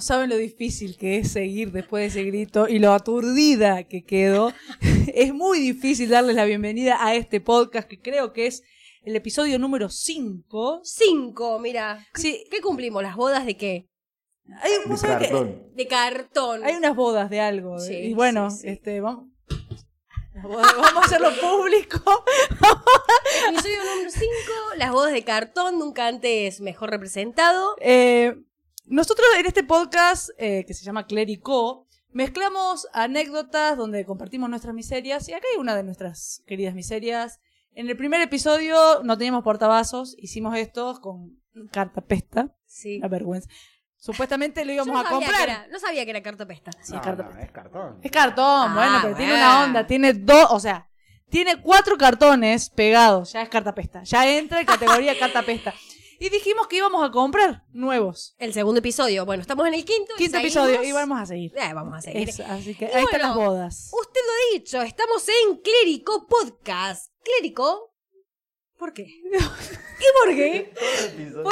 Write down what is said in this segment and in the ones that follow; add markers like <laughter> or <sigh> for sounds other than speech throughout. saben lo difícil que es seguir después de ese grito y lo aturdida que quedo. <laughs> es muy difícil darles la bienvenida a este podcast que creo que es el episodio número 5. Cinco, mira. Sí. ¿Qué cumplimos? ¿Las bodas de qué? Hay, vos De sabés que cartón. De cartón. hay unas bodas de algo. Sí, y bueno, sí, sí. este, vamos. <laughs> las bodas- Vamos a hacerlo público. Episodio <laughs> número 5, las bodas de cartón, nunca antes mejor representado. Eh, nosotros en este podcast, eh, que se llama Clérico, mezclamos anécdotas donde compartimos nuestras miserias. Y acá hay una de nuestras queridas miserias. En el primer episodio no teníamos portavasos, hicimos estos con carta pesta, Sí. la vergüenza. Supuestamente lo Yo íbamos no a sabía comprar. que era- no sabía que era cartapesta. Sí, No, es carta no, pesta. es cartón. Es cartón, Ah, bueno, pero tiene bueno. una onda, tiene dos, o sea, tiene cuatro cartones pegados, ya es cartapesta, ya entra <laughs> en categoría cartapesta. Y dijimos que íbamos a comprar nuevos. El segundo episodio. Bueno, estamos en el quinto. y Quinto seguimos. episodio y vamos a seguir. Eh, vamos a seguir. Es- así que Y ahí están bueno, las bodas. Usted lo ha dicho, estamos en Clérico Podcast. Clérico. ¿Por qué? <laughs> ¿Y por qué? <laughs>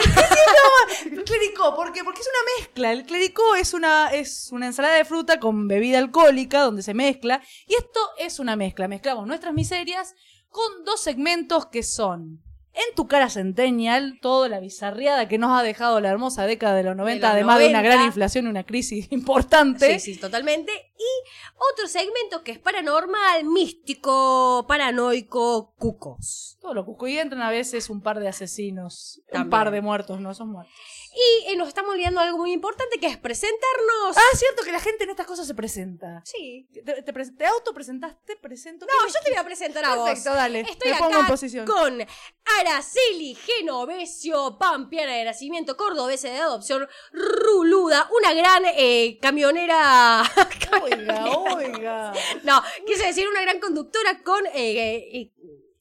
Clericó, ¿por qué? Porque es una mezcla. El clericó es una, es una ensalada de fruta con bebida alcohólica donde se mezcla. Y esto es una mezcla. Mezclamos nuestras miserias con dos segmentos que son. En tu cara centennial, toda la bizarriada que nos ha dejado la hermosa década de los 90, los además de una 90. gran inflación y una crisis <laughs> importante. Sí, sí, totalmente. Y otro segmento que es paranormal, místico, paranoico, cucos. Todo lo cuco. Y entran a veces un par de asesinos, También. un par de muertos, no son muertos. Y eh, nos estamos olvidando algo muy importante que es presentarnos. Ah, cierto que la gente en estas cosas se presenta. Sí. Te, te, pres- te autopresentaste, presento. No, yo te voy a presentar a vos. Perfecto, dale. Estoy me acá pongo en posición. con Araceli Genovesio, pampeana de nacimiento, cordobesa de adopción, ruluda, una gran eh, camionera. <laughs> <laughs> Oiga, <laughs> oiga. no, quise decir una gran conductora con eh, eh, eh,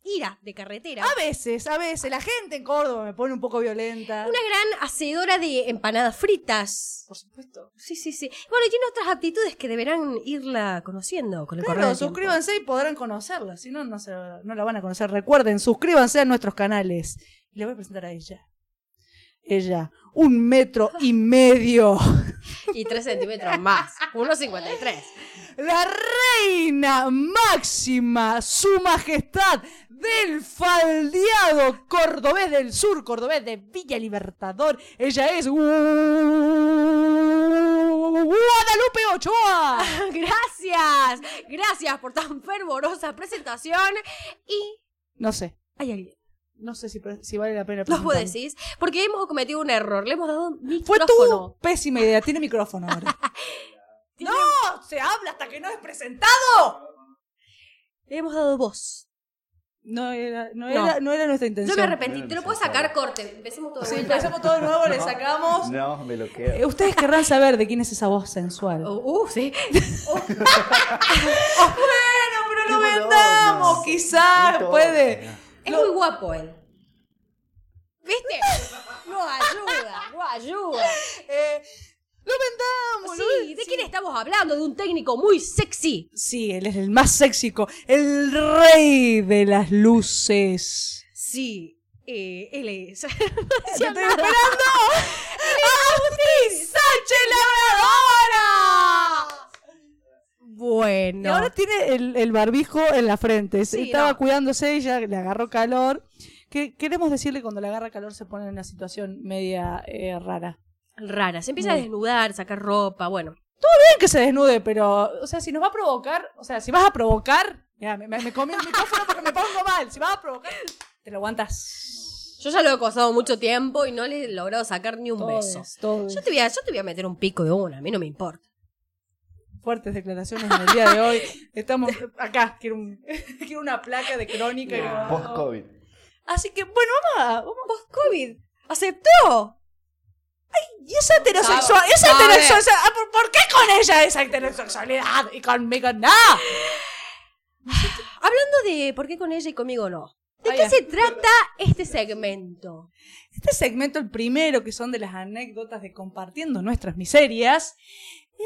ira de carretera. A veces, a veces, la gente en Córdoba me pone un poco violenta. Una gran hacedora de empanadas fritas. Por supuesto. Sí, sí, sí. Bueno, y tiene otras aptitudes que deberán irla conociendo con el correo. Claro, del tiempo. suscríbanse y podrán conocerla. Si no, no, se- no la van a conocer. Recuerden, suscríbanse a nuestros canales. Y le voy a presentar a ella. Ella, un metro y medio. Y 3 centímetros más. 1,53. La reina máxima, su majestad del faldeado cordobés del sur, cordobés de Villa Libertador. Ella es Gu- Guadalupe Ochoa. <laughs> Gracias, gracias por tan fervorosa presentación. Y No sé, hay alguien, no sé si, pre- si vale la pena. los vos presentarlo. decís, porque hemos cometido un error. Le hemos dado Fue micrófono. tu pésima idea, tiene micrófono ahora. ¡No! ¡Se habla hasta que no es presentado! <laughs> Le hemos dado voz. No era, no No. era, no era nuestra Yo intención. me arrepentí. Te lo Bueno, puedo sacar corte. Empecemos todo de Sí, vuelta. empezamos todo de nuevo, le No. sacamos. No, me lo Eh, quedo. Ustedes querrán saber de quién es esa voz <laughs> sensual. Oh, uh, sí. <laughs> Bueno, pero lo lo vendamos, vendamos, no. quizás, No. puede. Es muy guapo él. ¿Viste? No ayuda, no ayuda. Eh, lo vendamos. lo Sí, ven- ¿de quién estamos hablando? De un técnico muy sexy. Sí, él es el más séxico, el rey de las luces. Sí, eh, él es. <laughs> ¡Te estoy esperando! ¡Agustín Sánchez Labradora! Y Bueno. ahora tiene el, el barbijo en la frente. Se- Sí, Estaba no. cuidándose ella, le agarró calor. Que queremos decirle cuando le agarra calor se pone en una situación media eh, rara. Rara. Se empieza a Muy. desnudar, sacar ropa, bueno. que se desnude, pero, o sea, si nos va a provocar, o sea, si vas a provocar, mira, me, me, me comí el micrófono porque me pongo mal, si vas a provocar, te lo aguantas. Yo ya lo he acosado mucho tiempo y no le he logrado sacar ni un beso. Todos, todos. Yo te, voy a, yo te voy a meter un pico de una, a mí no me importa. Fuertes declaraciones en el día de hoy. Estamos acá, quiero, un- quiero una placa de crónica. que No. vamos- Post-COVID. Así que, bueno, vamos a... vamos- ¿Post-COVID? ¿Aceptó? Y esa heterosexual, esa Sabe. heterosexual, ah, ¿por, por qué con ella esa heterosexualidad y conmigo no? Hablando de por qué con ella y conmigo no. ¿De Ah, qué ya. <laughs> se trata este segmento? Este segmento, el primero, que son de las anécdotas de compartiendo nuestras miserias,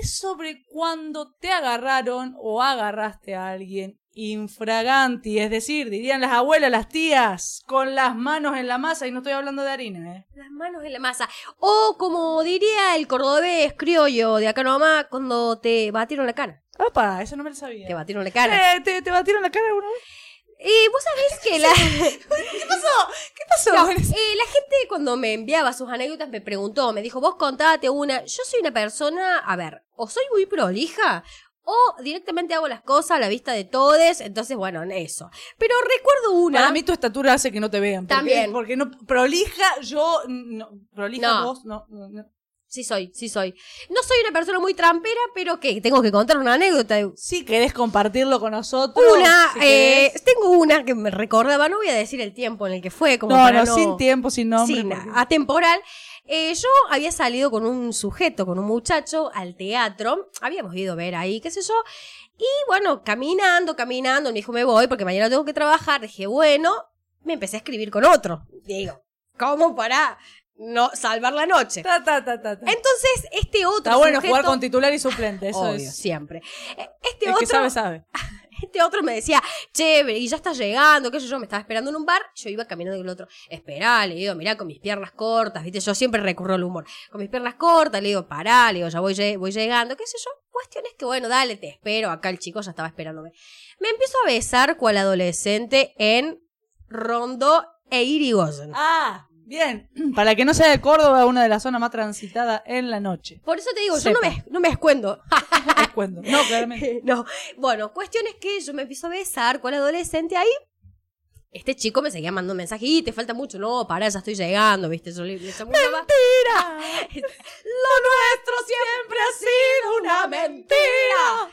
es sobre cuando te agarraron o agarraste a alguien infraganti, es decir, dirían las abuelas, las tías, con las manos en la masa, y no estoy hablando de harina, ¿eh? Las manos en la masa. O como diría el cordobés criollo de acá nomás, cuando te batieron la cara. Opa, eso no me lo Te sabía. batieron la cara. Eh, ¿Te, te batieron la cara alguna vez? Y vos sabés que <laughs> la, ¿Qué pasó? ¿Qué pasó? <laughs> No, eh, la gente cuando me enviaba sus anécdotas me preguntó, me dijo, vos contate una. Yo soy una persona, a ver, o soy muy prolija o directamente hago las cosas a la vista de todes, entonces bueno, en eso. Pero recuerdo una... Para mí tu estatura hace que no te vean. porque- También. Porque no, prolija yo, no, prolija No. vos, no, no, no. Sí soy, sí soy. No soy una persona muy trampera, pero que tengo que contar una anécdota. Si querés compartirlo con nosotros. Una, si eh, querés. tengo una que me recordaba, no voy a decir el tiempo en el que fue, como No, para no, sin tiempo, sin nombre. Sí, porque- na- atemporal. Eh, yo había salido con un sujeto, con un muchacho, al teatro. Habíamos ido a ver ahí, qué sé yo. Y bueno, caminando, caminando, me dijo, me voy porque mañana tengo que trabajar. Dije, bueno, me empecé a escribir con otro. Digo, ¿cómo para no salvar la noche? Ta, ta, ta, ta, ta. Entonces, este otro Está bueno sujeto- jugar con titular y suplente, eso Obvio, es. siempre. Eh, Este El otro que sabe, sabe. este otro me decía, chévere, y ya estás llegando, qué sé yo, me estaba esperando en un bar, yo iba caminando con el otro, esperá, le digo, mirá, con mis piernas cortas, viste, yo siempre recurro al humor, con mis piernas cortas, le digo, pará, le digo, ya voy, lle- voy llegando, qué sé yo, cuestiones que, bueno, dale, te espero, acá el chico ya estaba esperándome. Me empiezo a besar cual adolescente en Rondo e Irigoyen. Ah, bien. <clears throat> Para que no sea de Córdoba, una de las zonas más transitadas en la noche. Por eso te digo, yo no sepa. me, no me escuendo. <laughs> Les cuento. No, claramente. no. Bueno, cuestión es que yo me empiezo a besar con la adolescente ahí. Este chico me seguía mandando mensajes, y te falta mucho, no, pará, ya estoy llegando, viste, yo le, le echaba una va- Mentira. <laughs> Lo nuestro siempre ha sido una mentira.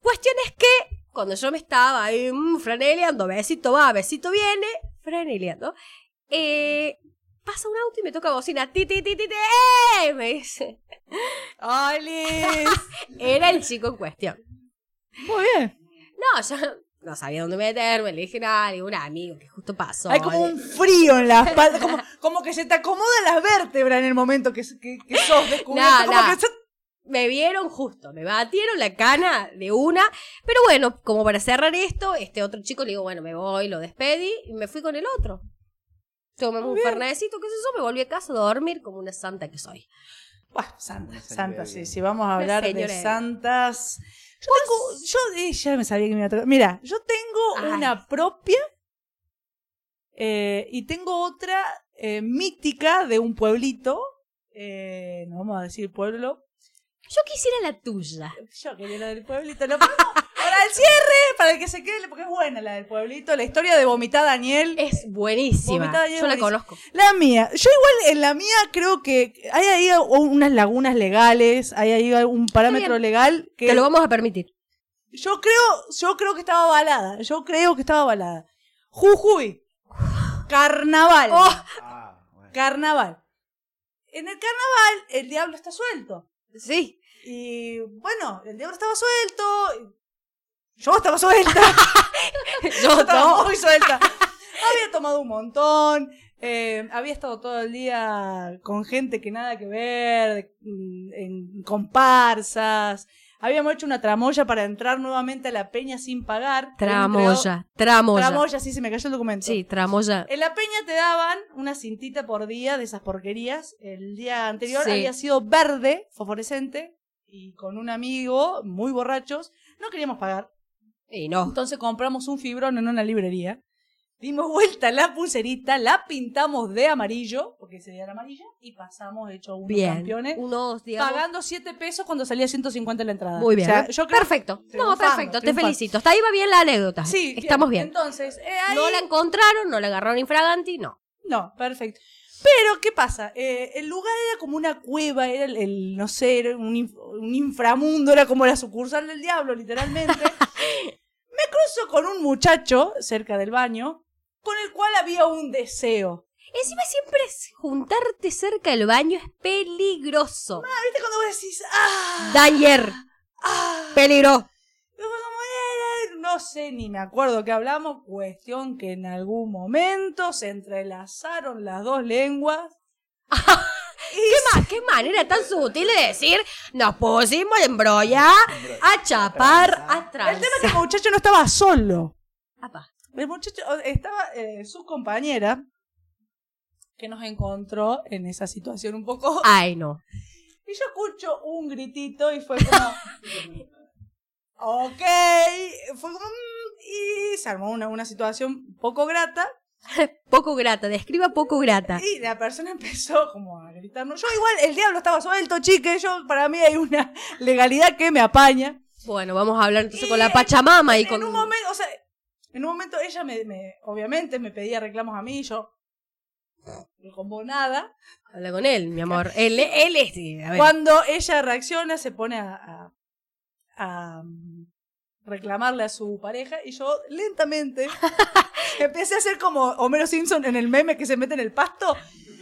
Cuestión es que cuando yo me estaba ahí mm, franeleando, besito va, besito viene, franeleando, eh, pasa un auto y me toca bocina, ti, ti, ti, ti, ti, ¡eh! me dice, Olis. era el chico en cuestión. Muy bien. No, <laughs> yo no sabía dónde meterme, le dije, nada, un amigo que justo pasó. eh. Hay como un frío en <laughs> la espalda, como, como que se te acomodan las vértebras en el momento que, que, que sos descubierto. No, como no. que se- me vieron justo, me batieron la cana de una, pero bueno, como para cerrar esto, este otro chico le digo, bueno, me voy, lo despedí y me fui con el otro. Tomé un fernecito, qué sé yo, me volví a casa a dormir como una santa que soy. Buah, santas, señora santas, sí, bien. sí, vamos a hablar de señora bien. santas. Yo tengo, yo eh, ya me sabía que me iba a tocar. Mira, yo tengo Ay. una propia eh, y tengo otra eh, mítica de un pueblito, eh, no vamos a decir pueblo. Yo quisiera la tuya. Yo quería la del pueblito, <laughs> lo pongo para el cierre, para el que se quede, porque es buena la del pueblito, la historia de Vomitá Daniel. Es buenísima. Vomitada y es Yo la buenísima. conozco. La mía. Yo igual en la mía creo que hay ahí unas lagunas legales, hay ahí algún parámetro bien. legal que Te lo vamos a permitir. yo creo, yo creo que estaba avalada, yo creo que estaba avalada. Jujuy. Carnaval. Oh, Ah, bueno. Carnaval. En el carnaval el diablo está suelto. sí. Y bueno, el diablo estaba suelto. Yo estaba suelta. <laughs> <laughs> Yo estaba no. muy suelta. <laughs> Había tomado un montón, eh, había estado todo el día con gente que nada que ver, mm, en comparsas. Habíamos hecho una tramoya para entrar nuevamente a la peña sin pagar. Tramoya, tramoya. Eh, Tramoya, sí, se me cayó el documento. Sí, tramoya. En la peña te daban una cintita por día de esas porquerías. El día anterior Sí. había sido verde, fosforescente, y con un amigo, muy borrachos, no queríamos pagar. Y no. Entonces compramos un fibrón en una librería. Dimos vuelta la pulserita, la pintamos de amarillo, porque se veía amarilla, y pasamos hecho unos Bien. campeones, Unos, digamos. pagando 7 pesos cuando salía 150 la entrada. Muy bien. O sea, yo creo- perfecto. No, triunfando, perfecto. Te triunfando. felicito. Hasta ahí va bien la anécdota. Sí, Estamos bien. Entonces, eh, ahí- No la encontraron, no la agarraron infraganti, no. No, perfecto. Pero, ¿qué pasa? Eh, el lugar era como una cueva, era el, el, no sé, era un, inf- un inframundo, era como la sucursal del diablo, literalmente. Me cruzo con un muchacho cerca del baño, con el cual había un deseo. Encima siempre es- juntarte cerca del baño es peligroso. ¿Viste cuando vos decís, ah, Daniel, ah? peligro. Y fue como, "Eh, eh", no sé, ni me acuerdo que hablamos, cuestión que en algún momento se entrelazaron las dos lenguas. ¿Qué, ma- qué manera tan sutil de decir, nos pusimos a embrollar, a chapar, a El tema transar. es que el muchacho no estaba solo. Apa. El muchacho o- estaba eh, su compañera que nos encontró en esa situación un poco. Ay, no. Y yo escucho un gritito y fue como. <laughs> ok. Fue como. mm, Y se armó una, una situación poco grata. Poco grata, describa poco grata. Y la persona <laughs> empezó como a gritarnos. Yo igual, el diablo estaba suelto, chique. Yo, para mí hay una legalidad que me apaña. Bueno, vamos a hablar entonces Y con la en- Pachamama y con... En un momento, o sea, en un momento ella me, me- obviamente me pedía reclamos a mí y yo no como nada. Habla con él, mi amor. Él, él es... A ver. Cuando ella reacciona, se pone a, a- a, mm, reclamarle a su pareja y yo <laughs> lentamente empecé a hacer como Homero Simpson en el meme que se mete en el pasto.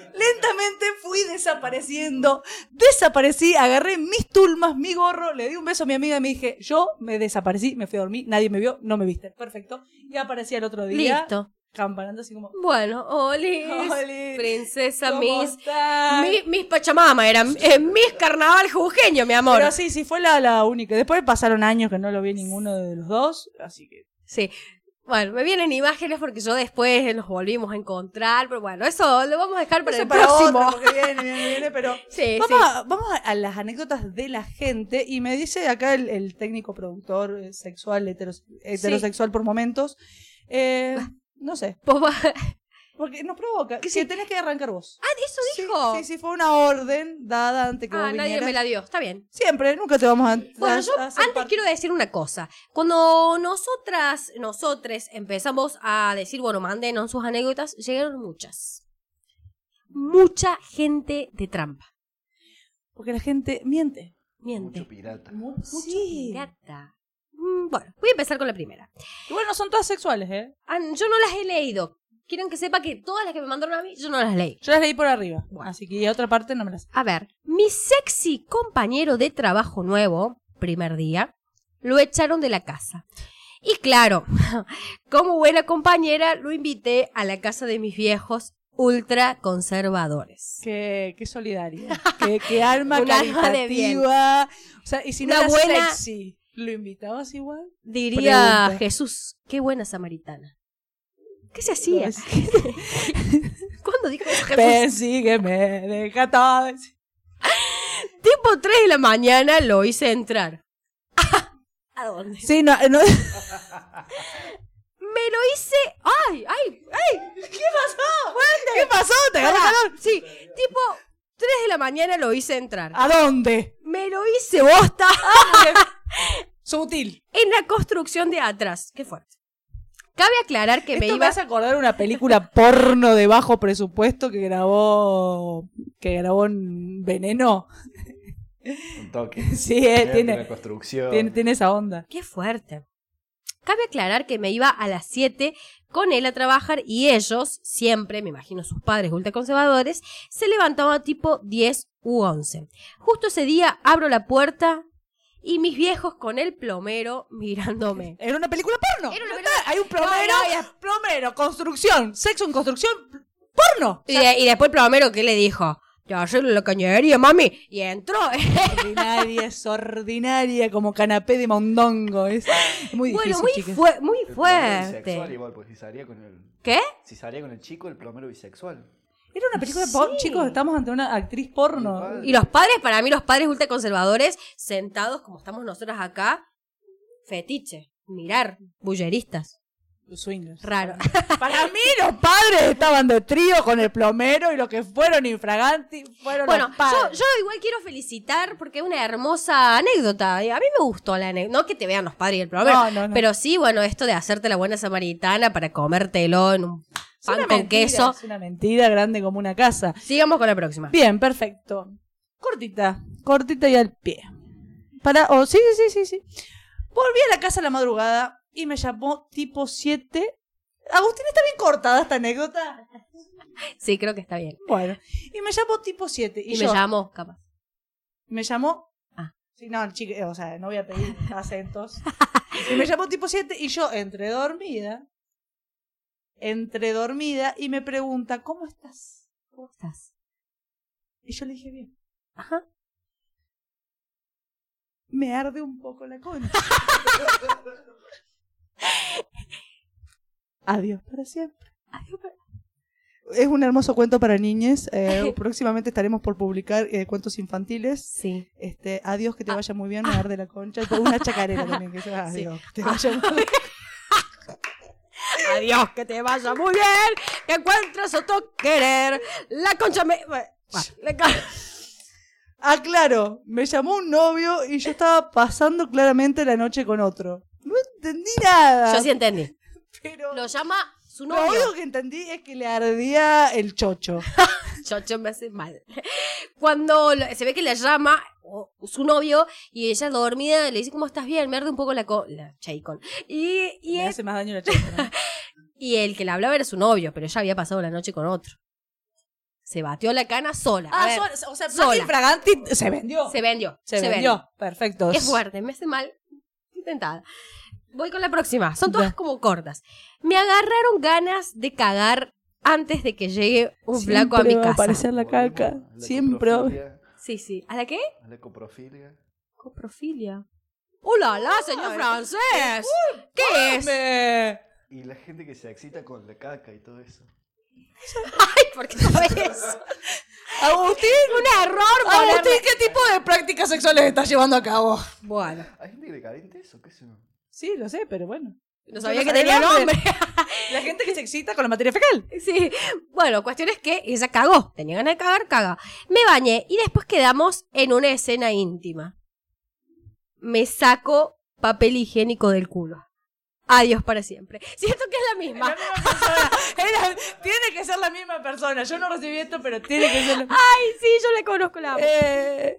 Lentamente fui desapareciendo, desaparecí, agarré mis tulmas, mi gorro, le di un beso a mi amiga y me dije, yo me desaparecí, me fui a dormir, nadie me vio, no me viste, perfecto. Y aparecí al otro día, Listo. campanando así como, Bueno, Olis, Olis, princesa ¿cómo Miss... estás? Mi- mis Pachamama eran eh, mis carnaval jujeño, mi amor. Pero sí, sí, fue la, la única. Después pasaron años que no lo vi ninguno de los dos, así que... Sí. Bueno, me vienen imágenes porque yo después nos volvimos a encontrar, pero bueno, eso lo vamos a dejar para Eso el próximo. otro, porque viene, viene, viene, <laughs> pero... Sí, Vamos, sí. a, vamos a- a las anécdotas de la gente y me dice acá el, el técnico productor eh, sexual, heteros- heterosexual por momentos, eh, Ah. no sé, Vos vas- <laughs> Ah, porque nos provoca, que sí. tenés que arrancar vos. eso Ah, dijo. Sí, sí, fue una orden dada antes que ah, vos nadie vinieras. me la dio. Está bien. Siempre, nunca te vamos a... Bueno, a- yo a antes hacer parte. quiero decir una cosa. Cuando nosotras, nosotres empezamos a decir, bueno, mándenos sus anécdotas, llegaron muchas. Mucha gente de trampa. Porque la gente miente. Miente. Mucho pirata. Mu- Mucho sí. pirata. Mm, Bueno, voy a empezar con la primera. Y bueno, son todas sexuales, ¿eh? Ah, yo no las he leído. Quieren que sepa que todas las que me mandaron a mí, yo no las leí. Yo las leí por arriba, Bueno. así que y otra parte no me las... A ver, mi sexy compañero de trabajo nuevo, primer día, lo echaron de la casa. Y claro, <laughs> como buena compañera, lo invité a la casa de mis viejos ultra conservadores. Qué, qué <laughs> solidaria. qué, qué alma Un alma de bien. caritativa. O sea, y si no Una era buena- sexy, ¿lo invitabas igual? Diría Pregunta. Jesús, qué buena samaritana. ¿Qué se hacía? No, es- <laughs> ¿Cuándo dijo eso Jesús? Persígueme, deja todo. Tipo 3 de la mañana lo hice entrar. <laughs> ¿A dónde? Sí, no, no- Me lo hice. ¡Ay! ¡Ay! ¡Ay! ¿Qué pasó? ¿Qué pasó? ¿Te agarró calor? Sí, tipo 3 de la mañana lo hice entrar. ¿A dónde? Me lo hice bosta <laughs> Sutil. en la construcción de atrás. Qué fuerte. Cabe aclarar que Esto me me iba. hace acordar una película porno de bajo presupuesto que grabó que grabó en Veneno. <laughs> Un toque. Sí, eh, Mirá, tiene, La construcción. tiene, tiene esa onda. Qué fuerte. Cabe aclarar que me iba a las 7 con él a trabajar y ellos, siempre, me imagino sus padres ultraconservadores, se levantaban tipo 10 u 11. Justo ese día abro la puerta y mis viejos con el plomero <laughs> mirándome. Era una película porno. Era una Ya película- está, Hay un plomero, No, no, ya- plomero, construcción, sexo en construcción, <laughs> porno. Y, de- y después el plomero, ¿qué le dijo? Yo arreglo la cañería, mami. Y entró. Ordinaria, es ordinaria, como canapé de mondongo. Es muy difícil, <laughs> bueno, muy, chicas. fue- muy El plomero bisexual fuerte. igual, porque si salía con el, ¿Qué? si salía con el chico, el plomero bisexual. Era una película porno, chicos, estamos ante una actriz porno. Igual. Y los padres, para mí, los padres ultraconservadores, sentados como estamos nosotros acá, fetiche, mirar, bulleristas. Swingers. Raro. Para mí los padres estaban de trío con el plomero y los que fueron infraganti fueron Bueno, los yo, padres. yo igual quiero felicitar porque es una hermosa anécdota. Y A mí me gustó la anécdota. No que te vean los padres y el plomero, No, no, no. pero sí, bueno, esto de hacerte la buena samaritana para comértelo en un Es pan una con mentira, queso. Es una mentira grande como una casa. Sigamos con la próxima. Bien, perfecto. Cortita, cortita y al pie. Para, oh, sí, sí, sí, sí. Volví a la casa a la madrugada y me llamó tipo 7. Agustín, ¿está bien cortada esta anécdota? Sí, creo que está bien. Bueno, y me llamó tipo 7. Y, Y, yo- me me, llamó, capaz. llamó... Ah. Sí, no, chique, eh, o sea, no voy <laughs> a pedir acentos. y me llamó tipo 7 y yo, entre dormida, entre dormida, y me pregunta, ¿cómo estás? ¿Cómo estás? Y Y yo le dije bien. Ajá. Me arde un poco la <laughs> concha. Adiós para siempre. Es un hermoso cuento para niñes. <laughs> eh, próximamente estaremos por publicar eh, cuentos infantiles. Sí. Este, adiós, que te vaya muy bien, me arde la concha. Y por una chacarera también, que sea Ah. <laughs> Sí. adiós, que te vaya muy bien. <laughs> Adiós, que te vaya muy bien, que encuentres otro querer. La concha me. bueno, Ah. la con- Aclaro, Ah, me llamó un novio y yo estaba pasando claramente la noche con otro. No entendí nada. Yo sí entendí. pero Lo llama su lo novio. único que entendí es que le ardía el chocho. Chocho me hace mal. Cuando lo- se ve que le llama o- su novio y ella dormida le dice, ¿cómo estás bien? Me arde un poco la, co- la chaicon. Y, y, Me es- hace más daño la chocho. ¿no? y el que le hablaba era su novio, pero ella había pasado la noche con otro. Se batió la cana sola. A Ah, ver, sola, o sea, sola. Nati Fraganti se vendió. se vendió. Se vendió. Perfecto. Es fuerte, me hace mal. Estoy tentada. Voy con la próxima. Son todas Da. como cortas. Me agarraron ganas de cagar antes de que llegue un Siempre flaco a mi va casa. aparecer la calca. Volvemos a la Siempre. coprofilia, Sí, sí. ¿A la qué? a la coprofilia. Coprofilia. ¡Hola, la señor Ay, francés! ¿Qué es? Me- Y la gente que se excita con la caca y todo eso. Ay, ¿por qué sabes eso? Agustín, <laughs> Un error, Agustín, ponerle- ¿qué tipo de prácticas sexuales estás llevando a cabo? Bueno, ¿Hay gente que le caliente eso? ¿Qué sé yo? Sí, lo sé, pero bueno. no sabía no que sabía tenía el nombre. nombre. La gente que se excita con la materia <laughs> fecal. Sí, bueno, cuestión es que ella cagó. Tenía ganas de cagar, caga. Me bañé y después quedamos en una escena íntima. Me saco papel higiénico del culo. Adiós para siempre. <laughs> Siento que es la misma. tiene que ser la misma persona. Yo no recibí esto, pero tiene que ser la misma. <laughs> Ay, sí, yo le conozco la voz. Eh,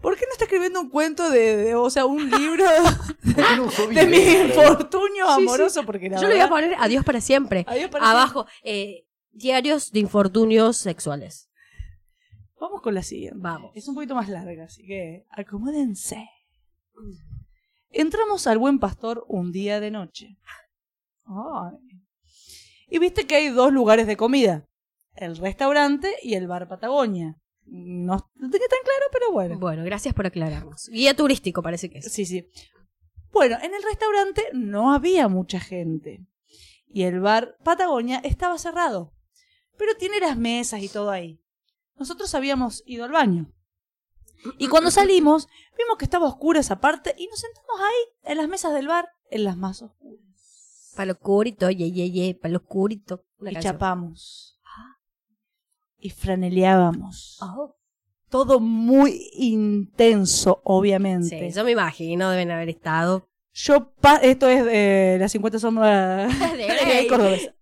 ¿Por qué no está escribiendo un cuento de, de- o sea, un libro <laughs> ¿Por qué no usó de mi video, Fran? infortunio Sí, sí. amoroso? Porque la Yo le voy a verdad- poner adiós para siempre. Adiós para Abajo, eh, diarios de infortunios sexuales. siempre. Vamos con la siguiente. Vamos. Es un poquito más larga, así que acomódense. Entramos al Buen Pastor un día de noche. Ay. Y viste que hay dos lugares de comida. El restaurante y el bar Patagonia. No lo tenía tan claro, pero bueno. Bueno, gracias por aclararnos. Guía turístico parece que es. Sí, sí. Bueno, en el restaurante no había mucha gente. Y el bar Patagonia estaba cerrado. Pero tiene las mesas y todo ahí. Nosotros habíamos ido al baño. Y cuando salimos, vimos que estaba oscura esa parte y nos sentamos ahí, en las mesas del bar, en las más oscuras. Palo oscurito, ye, ye, ye, palo oscurito. Una y canción. Ah. chapamos. Y franeleábamos. Oh. Todo muy intenso, obviamente. Sí, yo me imagino, deben haber estado. Yo, pa- esto es eh, las 50 sombras <laughs> <laughs> <laughs> De de Grey. Grey cordobesa.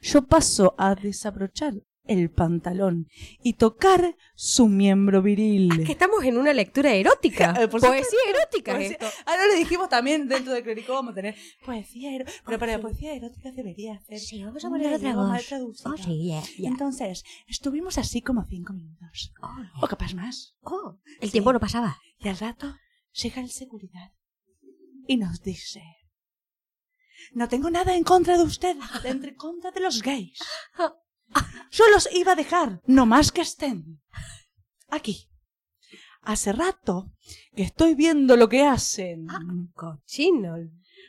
Yo paso a desabrochar el pantalón y tocar su miembro que viril. estamos en una lectura <laughs> erótica. Eh, por Poesía erótica Poesía- esto. Ah, no le dijimos también dentro de Clericó vamos a tener poesía erótica. Pero para la poesía erótica debería ser. Sí, vamos a una poner otra idioma voz. traducida. Eh, Oh, sí, yeah, yeah. Entonces, estuvimos así como cinco minutos. Oh, yeah. O capaz más. Oh, el tiempo no pasaba. Y al rato llega el seguridad y nos dice: No tengo nada en contra de usted, en contra de los gays. Yo los iba a dejar, no más que estén. Aquí. Hace rato que estoy viendo lo que hacen. Cochino.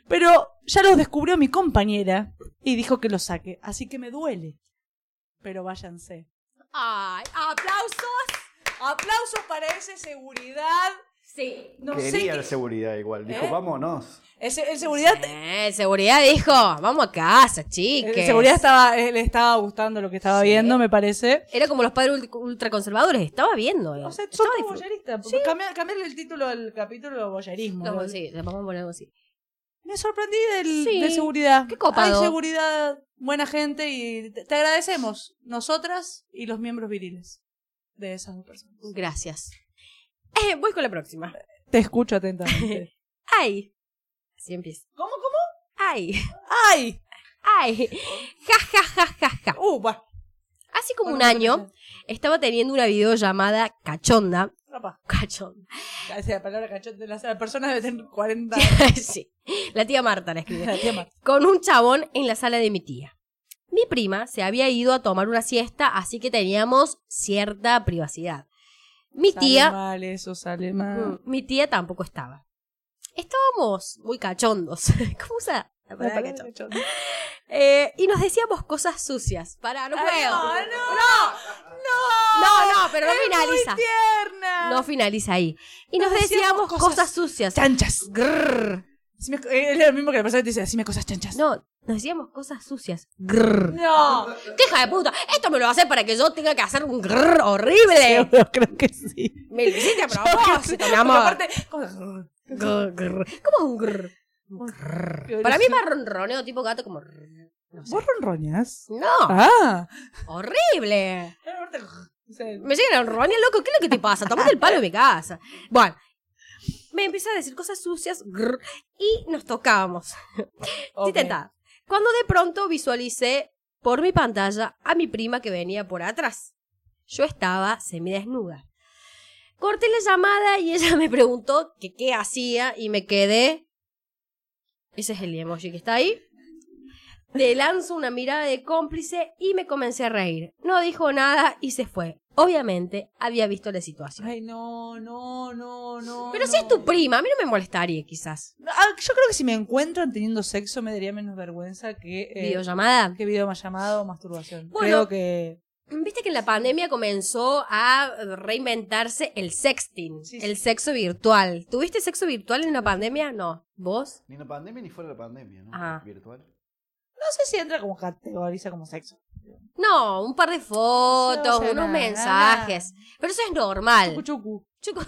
Pero ya los descubrió mi compañera y dijo que los saque, así que me duele. Pero váyanse. Ay, aplausos. Aplausos para ese seguridad. Sí. No sé Quería qué- la seguridad igual. Dijo, ¿Eh? vámonos. ese- el seguridad Eh, seguridad dijo, vamos a casa, El chicas. de seguridad estaba, eh, le estaba gustando lo que estaba Sí. viendo, me parece. Era como los padres ultra- ultraconservadores, estaba viendo. eh. O sea, son Estaba como disfrut- boyeristas. Cambia- Cambiarle el título al capítulo boyerismo. No, ¿no? sí, le vamos a poner algo así. Me sorprendí del, Sí. de seguridad. Qué copado. Hay seguridad, buena gente y te te agradecemos. Nosotras y los miembros viriles de esas dos personas. Gracias. Eh, voy con la próxima. Te <laughs> escucho atentamente. Ay. Así empieza. ¿Cómo, cómo? Ay. ¡Ay! Ay. <laughs> Ja, ja, ja, ja, ja. Uh, bah. Hace como Bueno, un no año sé. estaba teniendo una videollamada cachonda. <laughs> Apa. Cachonda. <laughs> Esa palabra cachote. La, la persona debe tener 40. sí. La tía Marta la escribe. La tía Marta. Con un chabón en la sala de mi tía. Mi prima se había ido a tomar una siesta, así que teníamos cierta privacidad. Mi Sale tía mal eso, sale mal. Mm, Mi tía tampoco estaba. Estábamos muy cachondos. <laughs> ¿Cómo usa la palabra cachondo? Eh, y nos decíamos cosas sucias. Para, no Ay, puedo. Ah, no, no, no, no, pero no es finaliza. Muy tierna. No finaliza ahí. Y nos, Nos decíamos, decíamos cosas, cosas sucias. chanchas. Grrr. Decime- eh, Es lo mismo que la persona que te dice, decime cosas chanchas. No, nos decíamos cosas sucias. Grrr. <laughs> No. ¡Qué hija de puta! Esto me lo hace para que yo tenga que hacer un grrr horrible. Yo creo que sí. Me lo <laughs> hiciste Eh. a Yo creo que <laughs> propósito, sí. mi amor. Aparte, como- Grr, grr. ¿Cómo es un grr? Un grr. Para mí es más ronroneo tipo gato como... rrr. No, sé. ¿Vos ronroñas? No, Ah. horrible. O sea, Me llegan a ronronear, loco, ¿qué es lo que te pasa? Tomate el palo de mi casa. Bueno, me empieza a decir cosas sucias grr, y nos tocábamos. ok. Intentaba. Cuando de pronto visualicé por mi pantalla a mi prima que venía por atrás. Yo estaba semidesnuda. Corté la llamada y ella <laughs> me preguntó que qué hacía y me quedé. Ese es el emoji que está ahí. Le lanzo una mirada de cómplice y me comencé a reír. No dijo nada y se fue. Obviamente había visto la situación. Ay, no, no, no, no. Pero no. si es tu prima, a mí no me molestaría quizás. Ah, Yo creo que si me encuentran teniendo sexo me daría menos vergüenza que. eh, Videollamada. que video más llamado o masturbación. Bueno. Creo que. Mm, Viste que en la pandemia comenzó a reinventarse el sexting, Sí, el sexo virtual. ¿Tuviste sexo virtual en la pandemia? No. ¿Vos? Ni la pandemia ni fuera de la pandemia, ¿no? Ah. Virtual. No sé si entra como categoriza como sexo. No, un par de fotos, No sé unos nada. mensajes. Pero eso es normal. Chucuchucu. Chucu, <laughs>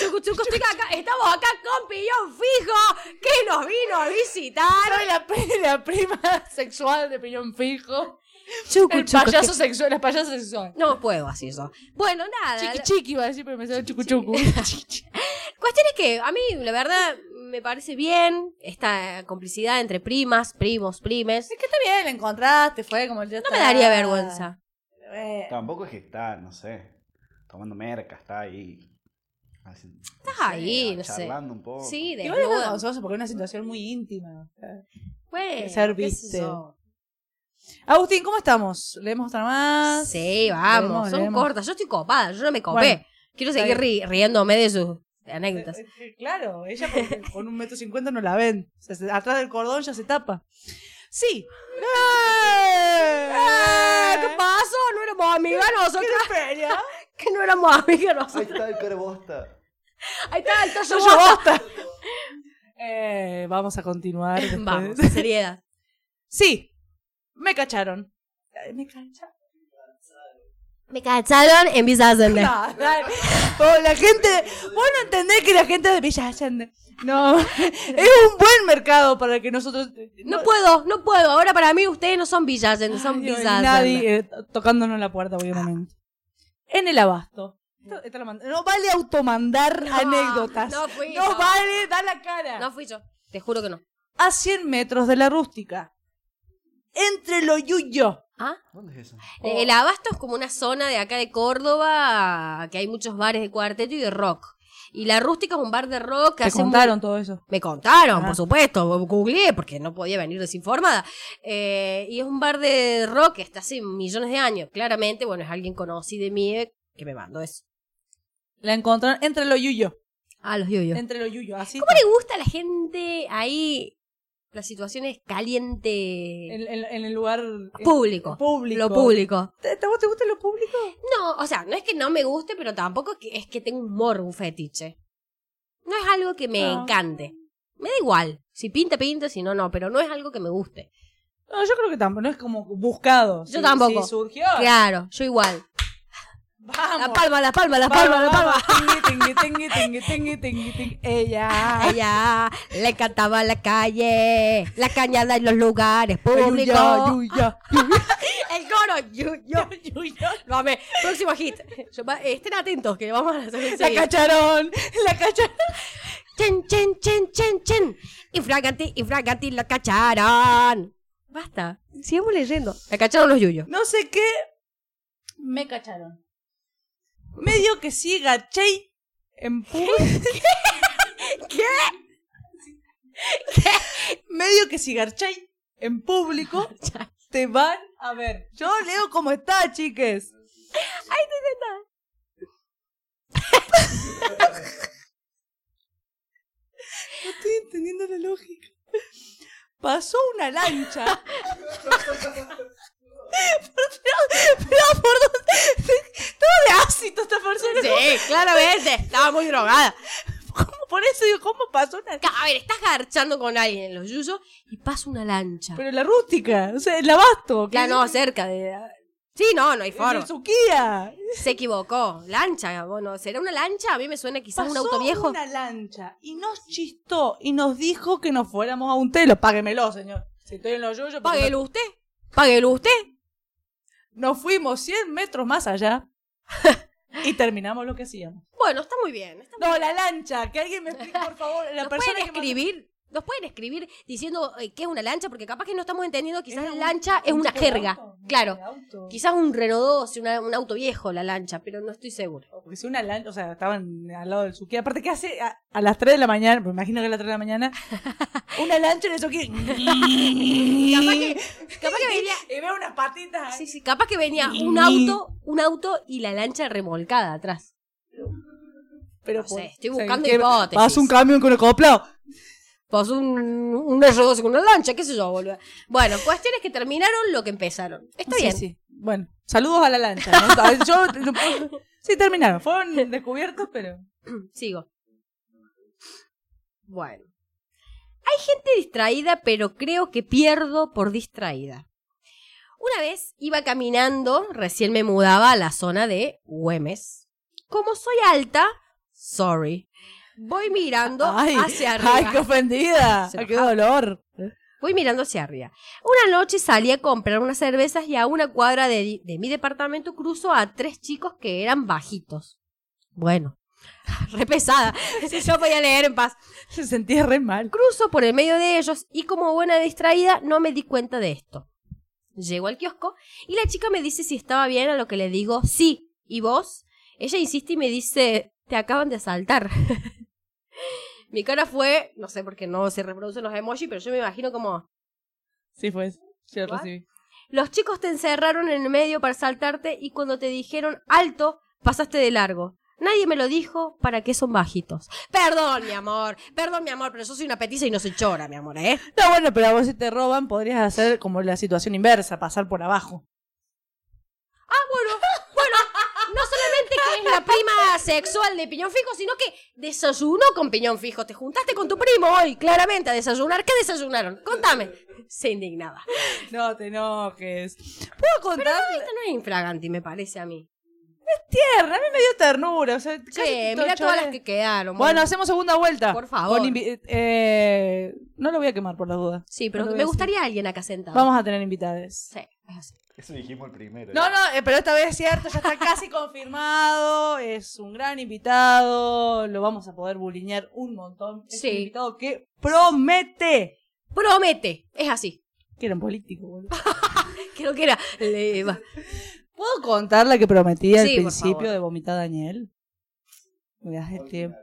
chucu, chucu, estoy acá, estamos acá con Pillón Fijo, que nos vino a visitar. Soy la, pri- la prima <laughs> sexual de piñón fijo. Chucu, El payaso sexual, la payasa sexual. No puedo así eso. Bueno, nada. Chiqui la- chiqui iba a decir, pero me sale chucu chucu. <laughs> Cuestión es que a mí, la verdad, me parece bien esta complicidad entre primas, primos, primes. que está bien, la encontraste, fue como No me daría vergüenza. Eh, Tampoco es que está, no sé, tomando merca, está ahí. Así, Estás ahí, no sé. Charlando un poco. Sí, de Igual es vergonzoso porque es una situación muy íntima. Puede ser viste. Agustín, ¿cómo estamos? ¿Leemos otra más? Sí, vamos. Leemos, son leemos. cortas. Yo estoy copada. Yo no me copé. Bueno, Quiero está seguir ri- riéndome de sus anécdotas. Eh, eh, Claro, ella con, con un metro cincuenta no la ven. O sea, se- atrás del cordón ya se tapa. Sí. Eh, ¡Eh! ¿Qué pasó? No éramos <laughs> amigas ¿Qué nosotras. <laughs> feria? Que no éramos amigas Ahí nosotras. está el cara bosta. Ahí está el tallo Yo bosta. bosta. Eh, vamos a continuar. después. Vamos, seriedad. Sí, me cacharon. Ay, Me cacharon. Me cacharon en Villa Allende. No, <laughs> dale. Oh, la gente. Vos no entendés que la gente de Villa Allende. No, <laughs> es un buen mercado para que nosotros. No puedo, no puedo. Ahora para mí ustedes no son Villa Allende, son Ay, Dios, Villa Allende. Nadie eh, to- tocándonos la puerta, obviamente. En el abasto. Ah. Esto- esto lo mand- no vale automandar No, anécdotas. no fui No yo. vale, da la cara. No fui yo. Te juro que no. A 100 metros de la rústica. Entre lo yuyo. ¿Ah? ¿Dónde es eso? Oh. Eh, El Abasto es como una zona de acá de Córdoba que hay muchos bares de cuarteto y de rock. Y la Rústica es un bar de rock que Te hace mu- contaron todo eso. Me contaron, Ah. por supuesto, googleé porque no podía venir desinformada. Eh, y es un bar de rock que está hace millones de años. Claramente, bueno, es alguien conocido de mí eh, que me mandó eso. La encontraron entre lo yuyo. Ah, los yuyos. Entre lo yuyo. Así. ¿Cómo le gusta a la gente ahí las situaciones calientes? En, en- en el lugar. Público. público. Lo público. ¿Te, te- vos te gusta lo público? No, o sea, no es que no me guste, pero tampoco que- es que tenga un morbo, un fetiche. No es algo que me No. encante. Me da igual. Si pinta, pinta, si no, no. Pero no es algo que me guste. No, yo creo que tampoco. No es como buscado. Yo tampoco. Si surgió. Claro, yo igual. Vamos. La palma, la palma, la palma, la palma. Tingui, tingui, tingui, tingui, tingui, tingui. Ella. Ella le cantaba la calle, la cañada en los lugares Yuya, públicos. yuya, El coro, yo, <laughs> yo. yuya. Lo amé. Próximo hit. Yo- va- Estén atentos que vamos a hacer La cacharon. La cacharon. Chen, chen, chen, chen, chen. Y Fraganti, y Fraganti la cacharon. Basta. Sigamos leyendo. La cacharon los yuyos. No sé qué. Me cacharon. Medio que sí, gachey. En público. <laughs> Medio que sí, garchey. En público. te van a ver. Yo leo cómo está, chiques. Ahí te está. No estoy entendiendo la lógica. Pasó una lancha. <laughs> pero, pero, por dónde. Todo de ácido esta persona. <laughs> Sí, claramente, estaba muy drogada. ¿Cómo? Por eso digo, ¿cómo pasó una A ver, estás garchando con alguien en los yuyos y pasa una lancha. Pero la rústica, o sea, el abasto. Ya no, cerca de. Sí, no, no <laughs> hay En forma. el Suquía. Se equivocó. Lancha, bueno, ¿será una lancha? A mí me suena quizás un Pasó auto viejo. una lancha y nos chistó y nos dijo que nos fuéramos a un telo. Páguemelo, señor. Si estoy en los yoyos, porque Páguelo usted. Páguelo usted. nos fuimos 100 metros <laughs> más allá y terminamos lo que hacíamos. Bueno, está muy bien. está muy No, la lancha. Que alguien me explique, por favor. La nos persona pueden que mandó- escribir, nos pueden escribir diciendo eh, qué es una lancha, porque capaz que no estamos entendiendo, quizás Era un- lancha es un una tipo de jerga. auto, un claro. tipo de auto. Quizás un Renault 12, una- un auto viejo la lancha, pero no estoy seguro. Porque si una lancha, o sea, estaban al lado del Suquía. Aparte, ¿qué hace a, a las 3 de la mañana? Me imagino que a las 3 de <laughs> la mañana. Una lancha en el Suquía. Capaz capaz que, capaz que venía, Y veo unas patitas. sí, sí, capaz que venía un auto, un auto y la lancha remolcada atrás. Pero pues, No sé, estoy o sea, buscando que hipótesis. Vas un camión con el acoplado. Pasó un, un R12 con una lancha, qué sé yo, boludo. Bueno, cuestiones que terminaron lo que empezaron. Está Sí, bien. sí. Bueno, saludos a la lancha. ¿no? Yo- no puedo- sí, terminaron. Fueron descubiertos, pero. Sigo. Bueno. Hay gente distraída, pero creo que pierdo por distraída. Una vez iba caminando, recién me mudaba a la zona de Güemes. Como soy alta, sorry. Voy mirando hacia arriba. <laughs> ay, qué ofendida. Se Ay, qué enojaba. dolor. Voy mirando hacia arriba. Una noche salí a comprar unas cervezas y a una cuadra de, de mi departamento cruzo a tres chicos que eran bajitos. Bueno, <laughs> re pesada. <laughs> Si yo podía leer en paz. <laughs> Se sentía re mal. Cruzo por el medio de ellos y como buena distraída no me di cuenta de esto. Llego al kiosco y la chica me dice si estaba bien a lo que le digo sí. ¿Y vos? Ella insiste y me dice, te acaban de asaltar. <laughs> Mi cara fue, no sé por qué no se reproducen los emojis, pero yo me imagino como, Sí, fue eso. Yo lo What? recibí. los chicos te encerraron en el medio para saltarte y cuando te dijeron alto, pasaste de largo. Nadie me lo dijo, ¿para qué son bajitos? Perdón, mi amor, perdón, mi amor, pero yo soy una petiza y no soy chora, mi amor, ¿eh? No, bueno, pero a vos si te roban, podrías hacer como la situación inversa, pasar por abajo. Bueno, bueno, no solamente que es la prima sexual de Piñón Fijo, sino que desayunó con Piñón Fijo. Te juntaste con tu primo hoy, claramente, a desayunar. ¿Qué desayunaron? Contame. Se indignaba. No te enojes. ¿Puedo contar? Esta no es infraganti, me parece a mí. Tierra, a mí me dio ternura. O sea, casi Che, todo mira todas chole. las que quedaron. Bueno, hacemos segunda vuelta. Por favor. Con invi- eh, eh, no lo voy a quemar por las dudas. sí, No pero lo me voy a decir. gustaría alguien acá sentado. Vamos a tener invitadas. Sí, es así. Eso dijimos el primero. No, no, eh, pero esta vez es cierto, ya está casi <laughs> confirmado. Es un gran invitado. Lo vamos a poder bulinear un montón. Es Sí. un invitado que promete. Promete, es así. <laughs> Que era un político, boludo. Creo que era. le va. Ah, ¿Puedo contar la que prometí al Sí, por favor. principio de vomitar a Daniel? Me das el tiempo.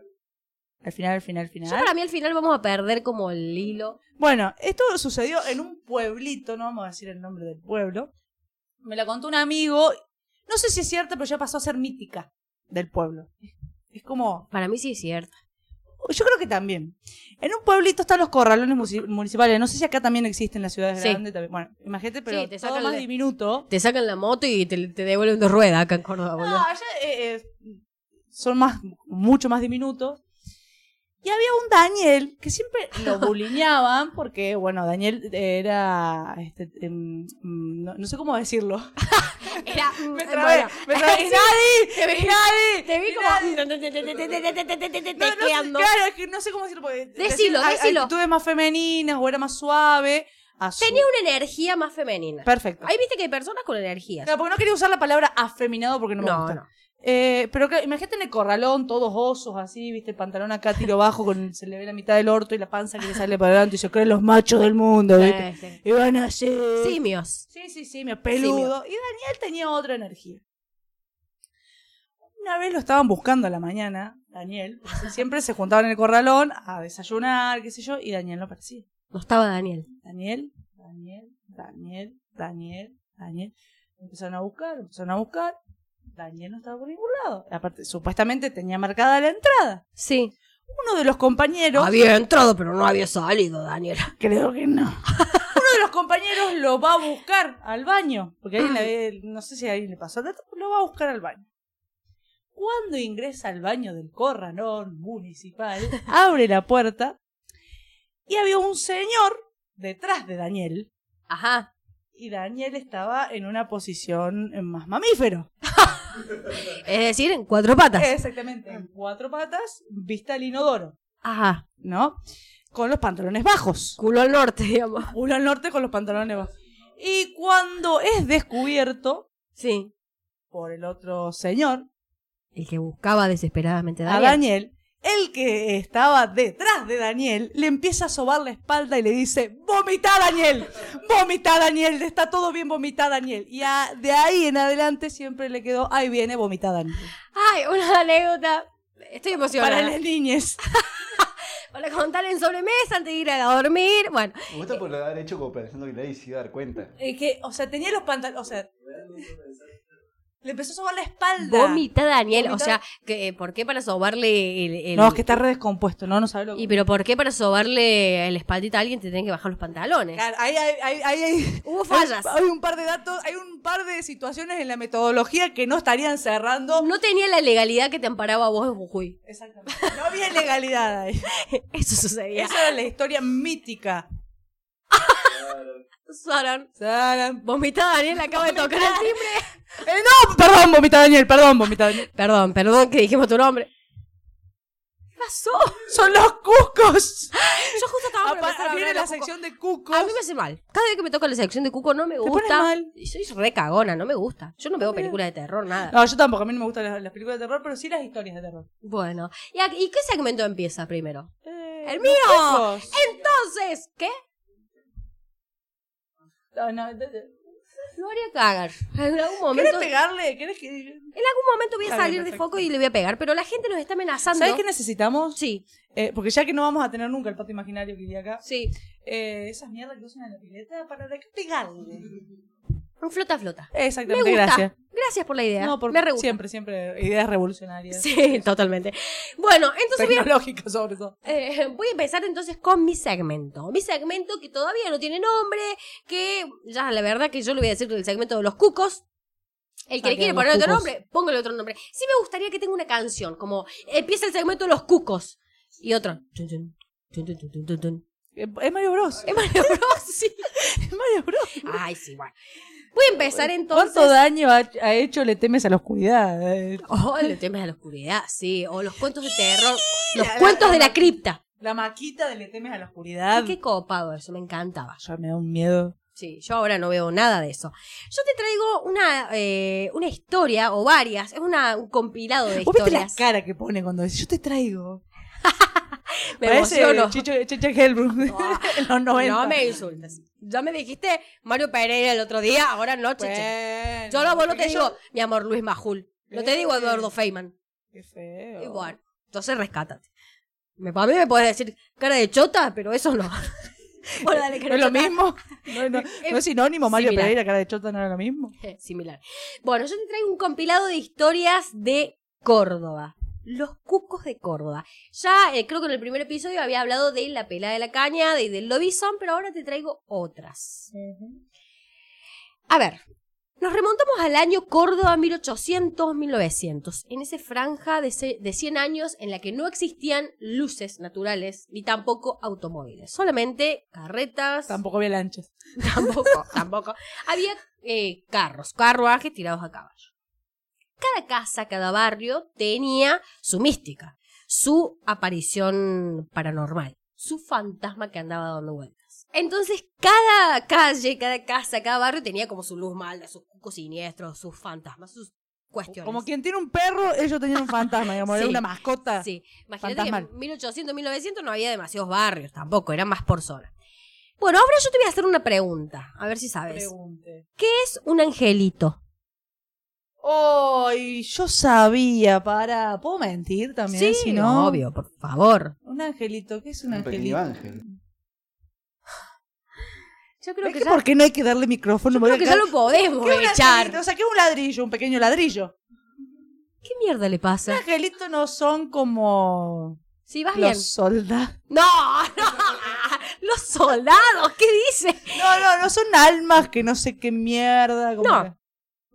Al final, al final, al Yo final. para mí al final vamos a perder como el hilo. Bueno, esto sucedió en un pueblito, no vamos a decir el nombre del pueblo. Me la contó un amigo. No sé si es cierta, pero ya pasó a ser mítica del pueblo. Es como, Para mí sí es cierto. yo creo que también. En un pueblito están los corralones musi- municipales. No sé si acá también existen las ciudades Sí. grandes. También. Bueno, imagínate, pero Sí, te todo sacan más de- diminuto. Te sacan la moto y te, te devuelven dos ruedas acá en Córdoba, No, boludo. allá eh, eh, son más, mucho más diminutos. Y había un Daniel que siempre <laughs> lo bulineaban porque, bueno, Daniel era, este, em, mm, no, no sé cómo <laughs> decirlo. <laughs> Era. mm, Me trabé, <laughs> me trabé. ¡Y nadie! Te vi- ¡Y nadie! Te vi ¡Y como. nadie! No, no sé, Tequeando. claro, es que no sé cómo decirlo. Porque Decilo, a- decilo. Actitudes más femeninas o era más suave. a su- Tenía una energía más femenina. Perfecto. Ahí viste que hay personas con energías. No, porque no quería usar la palabra afeminado porque no me No, gusta. no. Eh, pero claro, imagínate en el corralón, todos osos así, viste, el pantalón acá tiro bajo, con se le ve la mitad del orto y la panza que le sale para adelante y se creen los machos del mundo, viste. Sí, sí. Y van así. Sí, Simios. sí, sí, me peludo. Y Daniel tenía otra energía. Una vez lo estaban buscando a la mañana, Daniel. porque Siempre se juntaban en el corralón a desayunar, qué sé yo, y Daniel no aparecía. No estaba Daniel. Daniel, Daniel, Daniel, Daniel, Daniel. Empezaron a buscar, empezaron a buscar. Daniel no estaba por ningún lado. Aparte, supuestamente tenía marcada la entrada. Sí. Uno de los compañeros. Había entrado, pero no había salido, Daniel. Creo que no. Uno de los compañeros lo va a buscar al baño. Porque alguien le había- no sé si a alguien le pasó el dato, pero lo va a buscar al baño. Cuando ingresa al baño del corralón municipal, abre la puerta y había un señor detrás de Daniel. Ajá. Y Daniel estaba en una posición eh, más mamífero. Es decir, en cuatro patas. Exactamente. En cuatro patas, vista al inodoro, Ajá. ¿no? Con los pantalones bajos. Culo al norte, digamos. Uno al norte con los pantalones bajos. Y cuando es descubierto Sí. por el otro señor, El que buscaba desesperadamente a a Daniel. Daniel, el que estaba detrás de Daniel, le empieza a sobar la espalda y le dice, vomita Daniel, vomita Daniel, está todo bien, vomita Daniel. Y a- de ahí en adelante siempre le quedó, ahí viene, vomita Daniel. Ay, una anécdota. Estoy emocionada. Para las niñas. Para contar en sobremesa antes de ir a dormir. Bueno, Me gusta por lo de haber hecho como pensando que nadie se iba a dar cuenta. Eh, que, o sea, tenía los pantalones, o sea, le empezó a sobar la espalda. vomita Daniel. Vomita- O sea, que, eh, ¿por qué para sobarle el. el- No, es que está re descompuesto, no, no sabe lo que... Y pero ¿por qué para sobarle el espaldita a alguien te tienen que bajar los pantalones? Claro, ahí hay, ahí- ahí hay- Hubo fallas. Hay, hay un par de datos, hay un par de situaciones en la metodología que no estarían cerrando. No tenía la legalidad que te amparaba a vos en Jujuy. <laughs> Exactamente. No había legalidad <laughs> ahí. Eso sucedía. Esa era la historia mítica. Saran. Saran. Vomita Daniel, acaba de tocar el timbre. Eh, no, perdón, vomita Daniel, perdón, vomita Daniel. Perdón, perdón que dijimos tu nombre. ¿Qué pasó? Son los cucos. Yo justo estaba por empezar a Apa- hablar Viene de la los cucos. sección de cucos. A mí me hace mal. Cada vez que me toca la sección de Cuco no me gusta. pones mal. Y soy re cagona, no me gusta. Yo no veo películas de terror, nada. No, yo tampoco, a mí no me gustan las, las películas de terror, pero sí las historias de terror. Bueno, ¿y, a- y qué segmento empieza primero? Eh, ¡El los mío! cucos. Entonces, ¿qué? No, Ah, no, de- de- Gloria Cagar. <laughs> En algún ¿Querés momento. En pegarle? ¿Querés que... algún momento voy a Está bien, salir de perfecto. foco y le voy a pegar, pero la gente nos está amenazando. ¿Sabés qué necesitamos? Sí, Eh, porque ya que no vamos a tener nunca el pato imaginario que iría acá, sí. eh, esas mierdas que usan en la pileta para de- pegarle. Un flota flota. Me Exactamente, gusta. gracias. Gracias por la idea. No, porque Me re gusta. siempre, siempre ideas revolucionarias. <laughs> Sí, totalmente. Bueno, Pues entonces voy a, Tecnológicas sobre todo. eh, voy a empezar entonces con mi segmento. Mi segmento que todavía no tiene nombre, que ya la verdad que yo le voy a decir el segmento de los cucos. El que Ah, le quiere bien, los poner otro cucos. nombre, póngale otro nombre. Sí me gustaría que tenga una canción, como empieza el segmento de los cucos. Y otro. Chun, chun, chun, chun, chun, chun, chun, chun. <laughs> Eh, Es Mario Bros. Es Mario Bros, sí. Es Mario Bros. Ay, sí, bueno. Voy a empezar entonces. ¿Cuánto daño ha, ha hecho le temes a la oscuridad? Eh, Oh, los temas de la oscuridad, sí. O los cuentos de terror. Los la- cuentos la- de la cripta. La maquita de le temes a la oscuridad. Qué copado eso, me encantaba. Ya me da un miedo. Sí, yo ahora no veo nada de eso. Yo te traigo una, eh, una historia o varias, es una, un compilado de ¿Vos viste la historias. cara que pone cuando dice, yo te traigo? Me Parece emociono. Chicho, Checha <laughs> Hellbrun en los 90. No me insultes. Ya me dijiste Mario Pereira el otro día, ahora no, chiche. Bueno, Yo no, vos no porque te digo, mi amor Luis Majul. No te digo Eh. Eduardo Feynman. Qué feo. Y bueno, entonces rescátate. Me, a mí me puedes decir cara de chota, pero eso <laughs> no. bueno, dale, cara ¿No es de chota. lo mismo? <laughs> ¿No, no- no es sinónimo Mario Similar. Pereira, cara de chota, no era lo mismo? <laughs> Similar. Bueno, yo te traigo un compilado de historias de Córdoba. Los cucos de Córdoba. Ya eh, creo que en el primer episodio había hablado de la pela de la caña y del lobizón, pero ahora te traigo otras. A ver, nos remontamos al año Córdoba 1800-1900, en esa franja de, ce- de 100 años en la que no existían luces naturales ni tampoco automóviles, solamente carretas. Tampoco había lanchas. <laughs> Tampoco, tampoco. Había eh, carros, carruajes tirados a caballo. Cada casa, cada barrio tenía su mística, su aparición paranormal, su fantasma que andaba dando vueltas. Entonces, cada calle, cada casa, cada barrio tenía como su luz malda, sus cucos siniestros, sus fantasmas, sus cuestiones. Como quien tiene un perro, ellos tenían un fantasma, digamos, era <laughs> Sí. una mascota. Sí, imagínate que Fantasmal. en 1800, 1900 no había demasiados barrios tampoco, eran más por zona. Bueno, ahora yo te voy a hacer una pregunta, a ver si sabes. Pregunte. es un angelito? Ay, yo sabía, para. ¿Puedo mentir también? si no, obvio, por favor. Un angelito, ¿qué es un, Un pequeño angelito? ángel. Yo creo ¿Ves que, que ya, ¿Por qué no hay que darle micrófono? yo creo que ya lo podemos ¿Qué un echar. angelito? O sea, que un ladrillo, un pequeño ladrillo. ¿Qué mierda le Los pasa? angelitos no son como Si vas bien. los soldados. No, no. <laughs> Los soldados, ¿qué dice? <laughs> No, no, no son almas que no sé qué mierda. como No. que-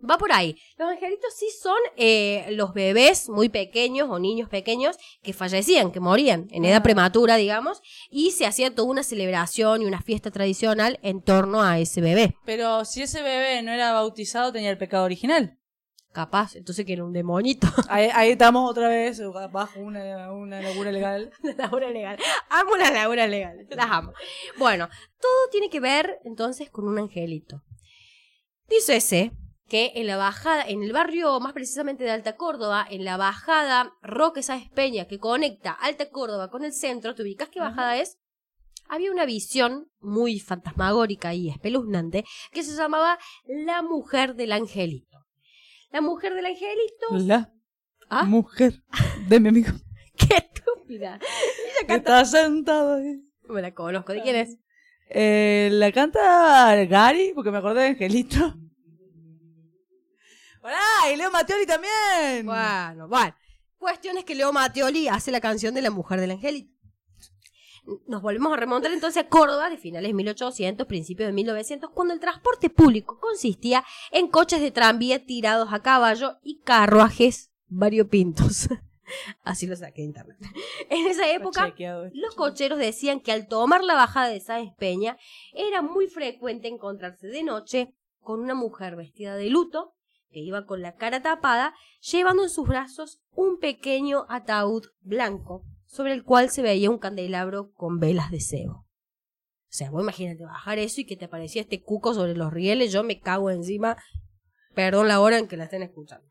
Va por ahí. Los angelitos sí son eh, los bebés muy pequeños o niños pequeños que fallecían, que morían en edad Ah. prematura, digamos, y se hacía toda una celebración y una fiesta tradicional en torno a ese bebé. Pero si ese bebé no era bautizado, tenía el pecado original. Capaz, entonces que era un demonito. <laughs> Ahí, ahí estamos otra vez, bajo una, una locura <laughs> legal. <laughs> Laura legal. Amo la Laura legal. Las amo. Bueno, todo tiene que ver entonces con un angelito. Dice ese que en la bajada, en el barrio más precisamente de Alta Córdoba, en la bajada Roque Sáenz Peña que conecta Alta Córdoba con el centro, ¿te ubicas qué bajada es? Había una visión muy fantasmagórica y espeluznante que se llamaba La Mujer del Angelito. La Mujer del Angelito. La Ah. mujer de mi <laughs> amigo ¡Qué estúpida! que está sentado ahí. Me la conozco. ¿De quién es? Eh, la canta Gary, porque me acordé de Angelito. ¡Hola! Y Leo Mattioli también. Bueno, bueno. Cuestión es que Leo Matteoli hace la canción de la mujer del angelito. Nos volvemos a remontar entonces a Córdoba de finales de 1800, principios de 1900, cuando el transporte público consistía en coches de tranvía tirados a caballo y carruajes variopintos. <laughs> Así lo saqué de internet. En esa época, Está chequeado esto. los cocheros decían que al tomar la bajada de Sáenz Peña era muy frecuente encontrarse de noche con una mujer vestida de luto que iba con la cara tapada, llevando en sus brazos un pequeño ataúd blanco sobre el cual se veía un candelabro con velas de cebo. O sea, vos imagínate bajar eso y que te aparecía este cuco sobre los rieles, yo me cago encima. Perdón la hora en que la estén escuchando.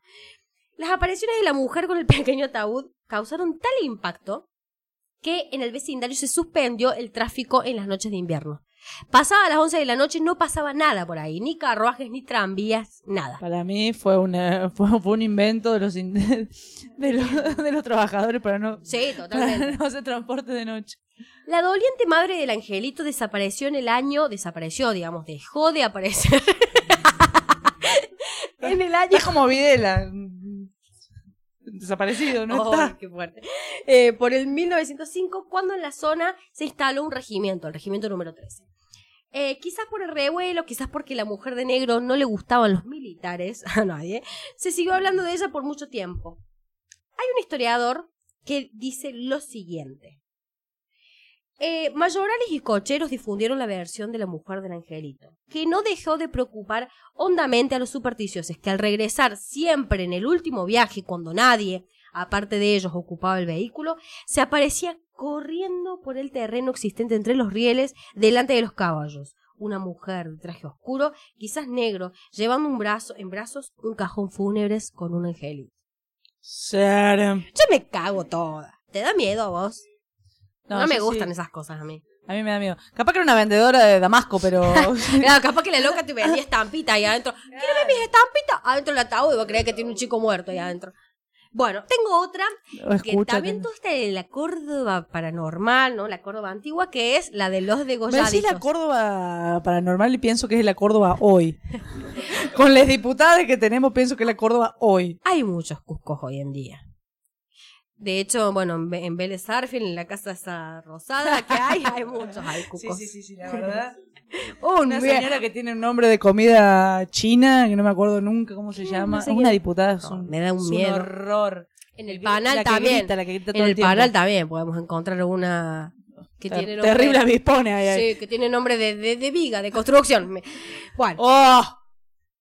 Las apariciones de la mujer con el <laughs> pequeño ataúd causaron tal impacto que en el vecindario se suspendió el tráfico en las noches de invierno. Pasaba las 11 de la noche, no pasaba nada por ahí, ni carruajes, ni tranvías, nada. Para mí fue, una, <laughs> fue, fue un invento de los, in- <laughs> de los, <laughs> de los trabajadores para no, Sí, para <laughs> totalmente. no hacer transporte de noche. La doliente madre del angelito desapareció en el año, desapareció, digamos, dejó de aparecer. en el año Ah, Es como Videla. mm, Desaparecido, ¿no? Oh, está. qué fuerte. Eh, por el 1905, cuando en la zona se instaló un regimiento, el regimiento número 13. Eh, quizás por el revuelo, quizás porque la mujer de negro no le gustaban los militares <laughs> a nadie, se siguió hablando de ella por mucho tiempo. Hay un historiador que dice lo siguiente. Eh, mayorales y cocheros difundieron la versión de la mujer del angelito, que no dejó de preocupar hondamente a los supersticiosos, que al regresar siempre en el último viaje, cuando nadie aparte de ellos, ocupaba el vehículo, se aparecía corriendo por el terreno existente entre los rieles delante de los caballos. Una mujer de traje oscuro, quizás negro, llevando un brazo, en brazos un cajón fúnebres con un angelito. Ser. Yo me cago toda. ¿Te da miedo a vos? No, me yo gustan sí. esas cosas a mí. A mí me da miedo. Capaz que era una vendedora de Damasco, pero. <laughs> Claro, capaz que la loca te vendía estampitas ahí adentro. ¿Quieres ver mis estampitas? Adentro del ataúd y va a creer que tiene un chico muerto ahí adentro. Bueno, tengo otra O que escucha, también todo está en la Córdoba paranormal, ¿no? La Córdoba antigua, que es la de los Me decís degolladitos. la Córdoba paranormal y pienso que es la Córdoba <laughs> hoy. Con las diputadas que tenemos, pienso que es la Córdoba hoy. Hay muchos Cuscos hoy en día. De hecho, bueno, en, Be- en Vélez Arfil, en la casa esa rosada que hay, hay muchos hay Cuscos. <laughs> sí, sí, la verdad. Oh, Una bien. señora que tiene un nombre de comida china, que no me acuerdo nunca cómo se llama. No sé es qué- una diputada, es No, un, me da un es miedo. horror. En La el que- panal la que también. grita, la que grita en todo el, el tiempo. panal también podemos encontrar una que Ter- tiene nombre terrible avispone ahí. ahí. Sí, que tiene nombre de, de, de viga, de construcción. Me- Bueno, ¡Oh!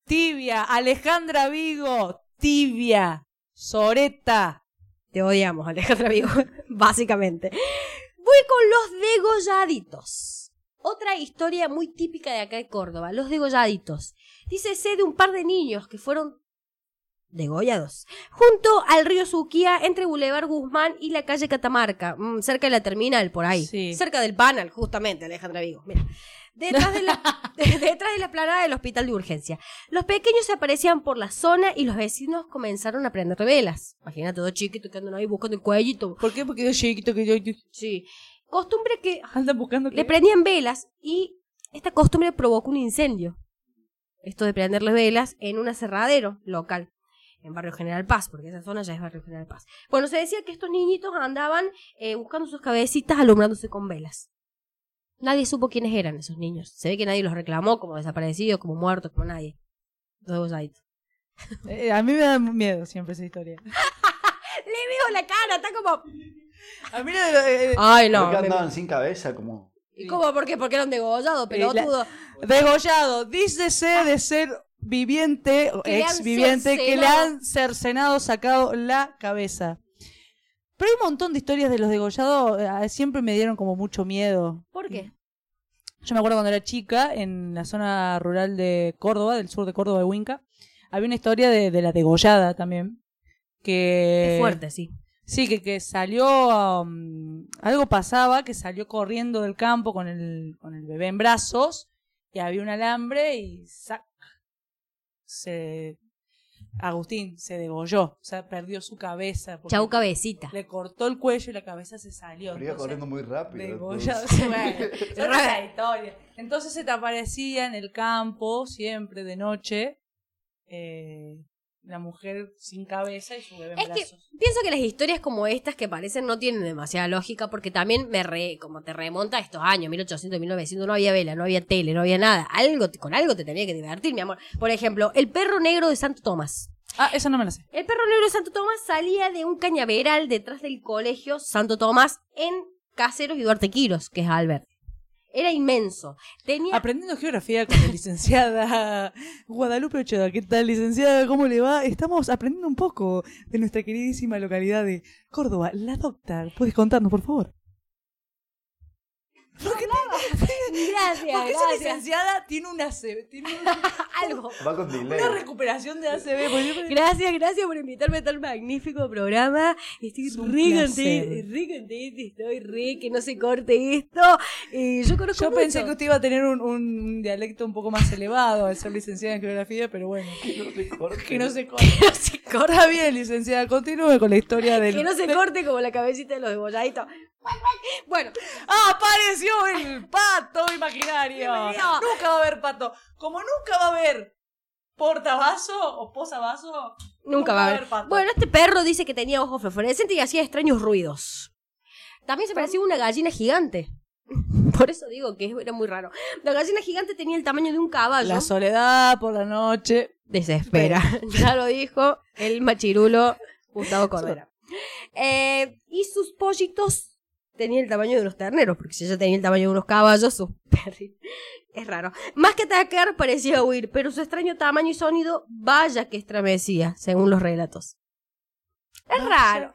Tibia, Alejandra Vigo, tibia, Soreta. Te odiamos, Alejandra Vigo, <laughs> básicamente. Voy con los degolladitos. Otra historia muy típica de acá de Córdoba, los degolladitos. Dice sé de un par de niños que fueron degollados junto al río Suquía entre Boulevard Guzmán y la calle Catamarca, mm, cerca de la terminal, por ahí. Sí. Cerca del panel, justamente, Alejandra Vigo. Mira. Detrás de, la, detrás de la planada del hospital de urgencia. Los pequeños se aparecían por la zona y los vecinos comenzaron a prender velas. Imagínate, dos chiquitos que andan ahí buscando el cuellito. ¿Por qué? Porque yo chiquito que yo, yo- Sí. Costumbre que andan buscando que le prendían velas y Esta costumbre provocó un incendio. Esto de prender las velas en un aserradero local, en Barrio General Paz, porque esa zona ya es Barrio General Paz. Bueno, se decía que estos niñitos andaban eh, buscando sus cabecitas, alumbrándose con velas. Nadie supo quiénes eran esos niños. Se ve que nadie los reclamó como desaparecidos, como muertos, como nadie. Entonces, ahí. Eh, a mí me da miedo siempre esa historia. Le veo la cara, está como. A mí lo de lo- eh, Ay, No, no. que andaban sin cabeza, como. ¿Y cómo? ¿Por qué? Porque eran degollados, pelotudo. Degollado, dícese de ser viviente o Ah. Que le han ex viviente que le cercenado. han cercenado, sacado la cabeza. Pero hay un montón de historias de los degollados, eh, siempre me dieron como mucho miedo. ¿Por qué? Yo me acuerdo cuando era chica, en la zona rural de Córdoba, del sur de Córdoba de Huinca, había una historia de, de la degollada también. Que es fuerte, sí. Sí, que, que salió, um, algo pasaba, que salió corriendo del campo con el, con el bebé en brazos y había un alambre y ¡sac! se Agustín se degolló, o sea, perdió su cabeza. porque Chau cabecita. Le cortó el cuello y la cabeza se salió. Pero iba entonces- corriendo muy rápido. Degollado. entonces. <laughs> <laughs> Bueno, son otras historias. Entonces se te aparecía en el campo, siempre de noche, eh, la mujer sin cabeza y su bebé en Es que brazos. pienso que las historias como estas que parecen no tienen demasiada lógica porque también me re, como te remonta a estos años, 1800, 1900, no había vela, no había tele, no había nada. Algo, te- con algo te tenía que divertir, mi amor. Por ejemplo, el perro negro de Santo Tomás. Ah, eso no me lo sé. El perro negro de Santo Tomás salía de un cañaveral detrás del colegio Santo Tomás en Caseros y Duarte Quiros, que es Albert. Era inmenso. Tenía Aprendiendo geografía con la licenciada Guadalupe Ocheda. ¿Qué tal, licenciada? ¿Cómo le va? Estamos aprendiendo un poco de nuestra queridísima localidad de Córdoba, La Docta. ¿Puedes contarnos, por favor? <laughs> Gracias, Porque esa gracias. licenciada tiene una, ACB, tiene una Algo. Va con delay. una recuperación de ACB. porque siempre- Gracias, gracias por invitarme a tal magnífico programa. Estoy Es un re placer. contenta, re contenta, estoy re que no se corte esto. Eh, yo conozco Yo mucho. pensé que usted iba a tener un, un dialecto un poco más elevado al ser licenciada en geografía, pero <laughs> bueno. <laughs> No se corte. Que no se corte. que no se corte, Ahora bien, licenciada, continúe con la historia <laughs> del... que no se corte como la cabecita de los degolladitos. Bueno, ¡Ah, apareció el pato imaginario! Bienvenido. Nunca va a haber pato. Como nunca va a haber portavaso o posavaso, nunca va a haber. pato. Bueno, este perro dice que tenía ojos fluorescentes y hacía extraños ruidos. También se parecía a una gallina gigante. <laughs> Por eso digo que era muy raro. La gallina gigante tenía el tamaño de un caballo. la soledad por la noche. desespera. ya lo dijo el machirulo Gustavo Cordera. Eh, y sus pollitos tenían el tamaño de unos terneros, porque si ella tenía el tamaño de unos caballos, sus <laughs> perri- Es raro. Más que atacar, parecía huir, pero su extraño tamaño y sonido, vaya que estremecía, según los relatos. Es raro.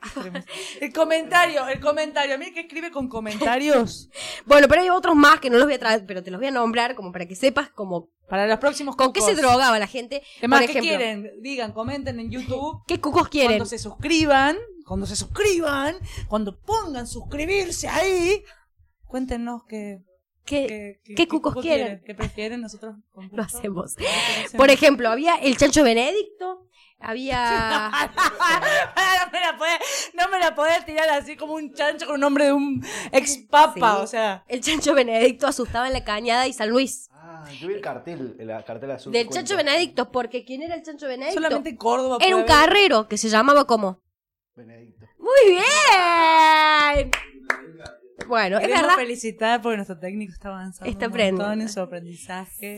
El comentario, el comentario. Miren que escribe con comentarios. Bueno, pero hay otros más que no los voy a traer, pero te los voy a nombrar como para que sepas como Para los próximos con qué se droga? drogaba la gente. Es más, Por ¿qué ejemplo, quieren? Digan, comenten en YouTube. ¿Qué cucos <laughs> quieren? Cuando se suscriban, cuando se suscriban, cuando pongan suscribirse ahí, cuéntenos que ¿Qué- ¿Qué, qué, qué cucos quieren? ¿Qué prefieren? Nosotros con Lo gusto hacemos. lo hacemos. Por ejemplo, había el chancho Benedicto, <laughs> había. Ah, no, me la podés, no me la podés tirar así como un chancho con un nombre de un ex papa, Sí. o sea. El chancho Benedicto asustaba en la cañada y San Luis. Ah, yo vi el cartel, la cartel azul. Del cuenta. chancho Benedicto, porque ¿quién era el chancho Benedicto? Solamente en Era Córdoba. puede un haber- carrero que se llamaba como. Benedicto. ¡Muy bien! Bueno, es Queremos verdad. felicitar porque nuestro técnico está avanzando Está un montón aprendiendo. en su aprendizaje.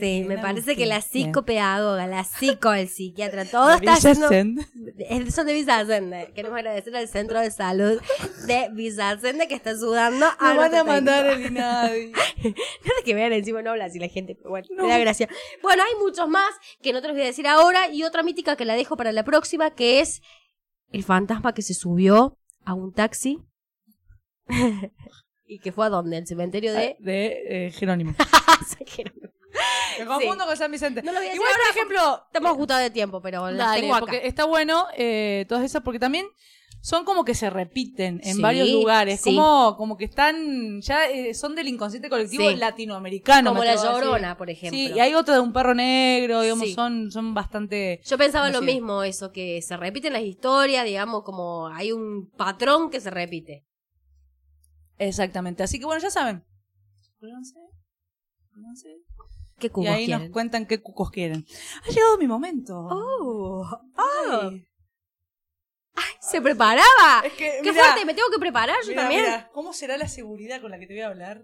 Sí, Bien, me parece que la Agustín. psicopedagoga, la psico, el psiquiatra, <laughs> todo Bien. está haciendo. Villasend. Es- Eh, Son de Villacende. Queremos agradecer al centro de salud de Villacende que está ayudando a. <laughs> Nos van nuestro a mandar técnico. el INADI. Nada que ver, encima no habla así la gente, pero bueno, No. me da gracia. Bueno, hay muchos más que no te los voy a decir ahora y otra mítica que la dejo para la próxima que es el fantasma que se subió a un taxi <laughs> y que fue a dónde, el cementerio <laughs> de Ah, De eh, <laughs> Jerónimo. San Jerónimo. Me confundo con San Vicente. No lo voy a decir Igual, por ejemplo, Estamos ajustados de tiempo, pero las Dale, tengo acá. porque está bueno eh, todas esas, porque también son como que se repiten en Sí, varios lugares, sí. como, como que están, ya eh, son del inconsciente colectivo Sí. latinoamericano. Como me la atrevo a decir. llorona, por ejemplo. Sí, y hay otra de un perro negro, digamos, Sí. son, son bastante... Yo pensaba lo Así es. mismo, eso, que se repiten las historias, digamos, como hay un patrón que se repite. Exactamente, así que bueno, ya saben. Suscríbanse, Pónganse. ¿Qué Y cubos ahí nos quieren? cuentan qué cucos quieren. Ha llegado mi momento. Oh. Ay. ¡Se preparaba! Es que, ¡Qué mirá, fuerte! ¿Me tengo que preparar yo mirá, también? mirá, ¿Cómo será la seguridad con la que te voy a hablar?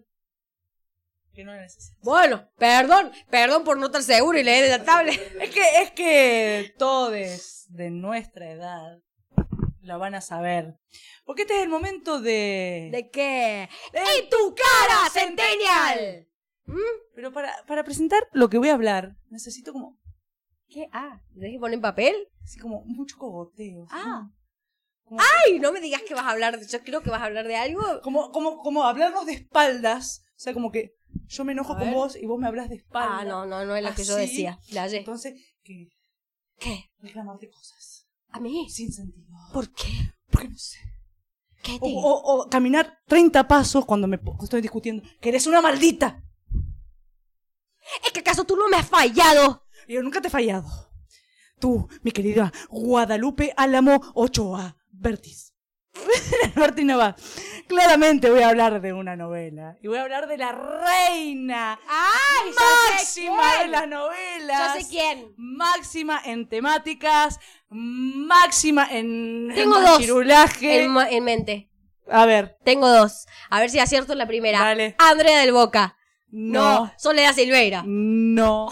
Que no la necesito. Bueno, perdón, perdón por no estar seguro y leer la <laughs> tablet. Es que, es que todos de nuestra edad lo van a saber. Porque este es el momento de. ¿De qué? de- ¡En tu cara, Centennial! Pero para, para presentar lo que voy a hablar, necesito como. ¿Qué? Ah, ¿dejé poner en papel? Así como mucho cogoteo. así Ah. Como, como- Ay, no me digas que vas a hablar, yo creo que vas a hablar de algo. como, como, como hablarnos de espaldas. O sea, como que yo me enojo A con ver. vos y vos me hablas de espaldas. Ah, no, no, no es lo que yo Así. decía. La hallé. Entonces, que ¿Qué? reclamarte cosas. ¿A mí? Sin sentido. ¿Por qué? Oh, Porque no sé. ¿Qué O, te- o- o caminar 30 pasos cuando me po- estoy discutiendo. Que eres una maldita. ¿Es que acaso tú no me has fallado? Yo nunca te he fallado. Tú, mi querida Guadalupe Álamo Ochoa <laughs> Vertiz. Martín Nava. Claramente voy a hablar de una novela. Y voy a hablar de la reina ¡Ay, máxima de las Yo novelas. sé quién. Máxima en temáticas, máxima en Tengo en dos. machirulaje. En, ma- en mente. A ver, Tengo dos. A ver si acierto en la primera. Dale. Andrea del Boca. No. no, Soledad Silveira. no.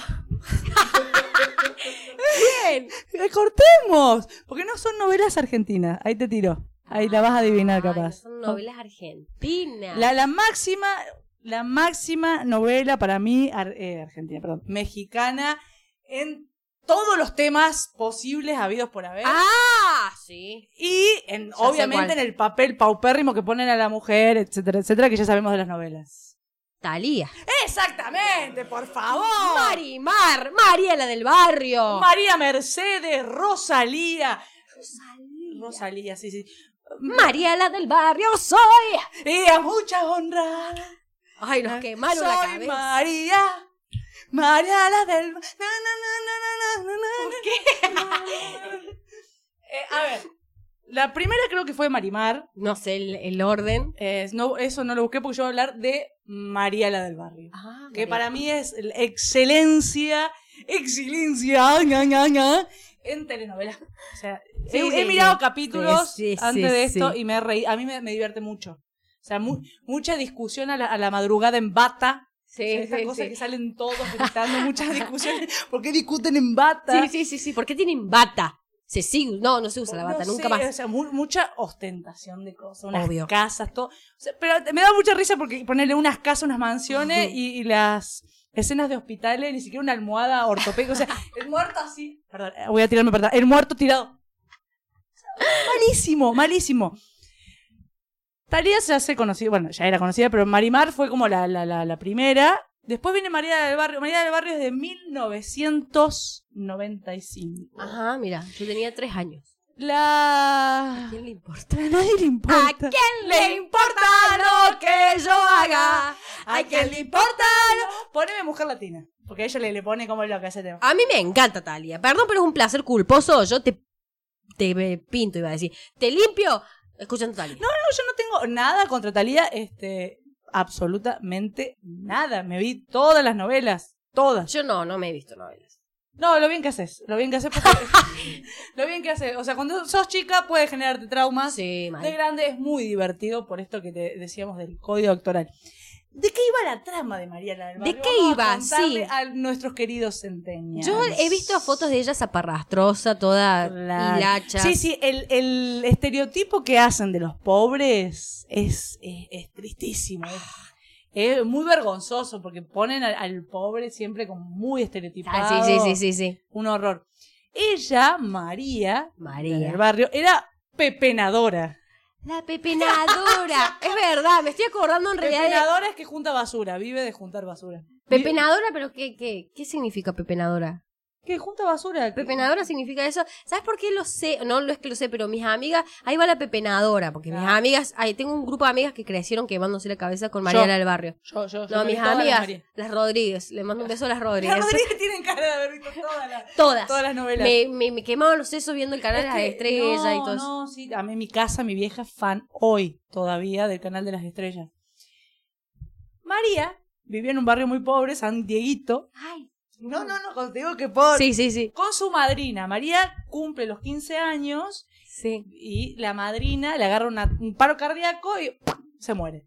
Bien. Eh, Cortemos, porque no son novelas argentinas. Ahí te tiro. Ahí la vas a adivinar Ay, no capaz. son novelas argentinas. La, la máxima, la máxima novela para mí, ar- eh, argentina, perdón, mexicana, en todos los temas posibles habidos por haber. Ah, sí. y en, Ya sé obviamente cuál. en el papel paupérrimo que ponen a la mujer, etcétera, etcétera, que ya sabemos de las novelas. Talía. Exactamente, por favor. Marimar. Mariela del Barrio. María Mercedes, Rosalía. Rosalía, sí, sí. Mariela del Barrio soy. Y a muchas honradas. Ay, nos quemaron la Soy cabeza. María. María la del. Na, na, na, na, na, na, na, na. Eh, a ver. La primera creo que fue Marimar. No sé el, el orden. Eh, no, eso no lo busqué porque yo voy a hablar de María la del Barrio. Ah, Que Mariela. para mí es la excelencia, excelencia, ña, ña, ña, en telenovelas. O sea, Sí, he, sí, he sí. mirado capítulos Sí, sí, antes sí, de esto sí. y me he reído. A mí me, me divierte mucho. O sea, mu- mucha discusión a la- a la madrugada en bata. Sí, Esas sí, cosas sí. que salen todos gritando, muchas discusiones. <laughs> ¿Por qué discuten en bata? Sí, sí, sí, sí. ¿Por qué tienen bata? Se sigue. No, no se usa la bata, No nunca sé, más. o sea, mu- mucha ostentación de cosas, unas Obvio. casas, todo. O sea, pero te- me da mucha risa porque ponerle unas casas, unas mansiones Ujú. y, y las escenas de hospitales, ni siquiera una almohada ortopédica. <laughs> O sea, el muerto así. Perdón, eh, voy a tirarme, perdón. El muerto tirado. Malísimo, malísimo. Talía ya se conocida, bueno, ya era conocida, pero Marimar fue como la, la, la, la primera. Después viene María del Barrio. María del Barrio es de 1995. Ajá, mira, yo tenía tres años. La. ¿A quién le importa? A nadie le importa. ¿A quién le importa lo que yo haga? ¿A quién le importa? Poneme mujer latina. Porque a ella le, le pone como lo que hace tema. Ah, A mí me encanta Talia. Perdón, pero es un placer culposo. Yo te, te eh, pinto, iba a decir. Te limpio escuchando Talia. No, No, yo no tengo nada contra Talía, este, absolutamente nada. Me vi todas las novelas, todas. Yo no, no me he visto novelas. No, lo bien que haces, lo bien <laughs> que haces porque- lo bien que haces, o sea, cuando sos chica puede generarte traumas. Sí, Ah, De mal. grande es muy divertido por esto que te decíamos del código actoral. ¿De qué iba la trama de Mariana del Barrio? ¿De qué Vamos a iba? contarle Sí. A nuestros queridos centenias. Yo he visto fotos de ella zaparrastrosa, toda Claro. hilacha. Sí, sí, el, el estereotipo que hacen de los pobres es, es, es tristísimo. Es, es muy vergonzoso porque ponen al, al pobre siempre como muy estereotipado. Ah, sí, sí, sí, sí, sí. Un horror. Ella, María, María. del barrio, era pepenadora. La pepenadora. es verdad, me estoy acordando en realidad de... Pepenadora es que junta basura, vive de juntar basura. Pepenadora, pero ¿qué, qué, qué significa pepenadora? Que junta basura. que- Pepenadora significa eso. ¿Sabes por qué lo sé? No, no es que lo sé, pero mis amigas, ahí va la pepenadora, porque mis Ah. amigas, ahí tengo un grupo de amigas que crecieron quemándose la cabeza con Mariana del Barrio. Yo, yo, yo No, me vi mis todas las amigas, las, María- Rodríguez, le mando un beso a las Rodríguez. Las Rodríguez tienen cara de haber visto todas las, Todas. todas las novelas. Me, me, me quemaban los sesos viendo el canal Es de las que, estrellas no, y todo eso. No, sí, a mí mi casa, mi vieja es fan hoy todavía del canal de las estrellas. María vivía en un barrio muy pobre, San Dieguito. Ay. No, no, no, con- te digo que pobre. Sí, sí, sí. Con su madrina. María cumple los 15 años Sí. y la madrina le agarra una- un paro cardíaco y ¡pum! se muere.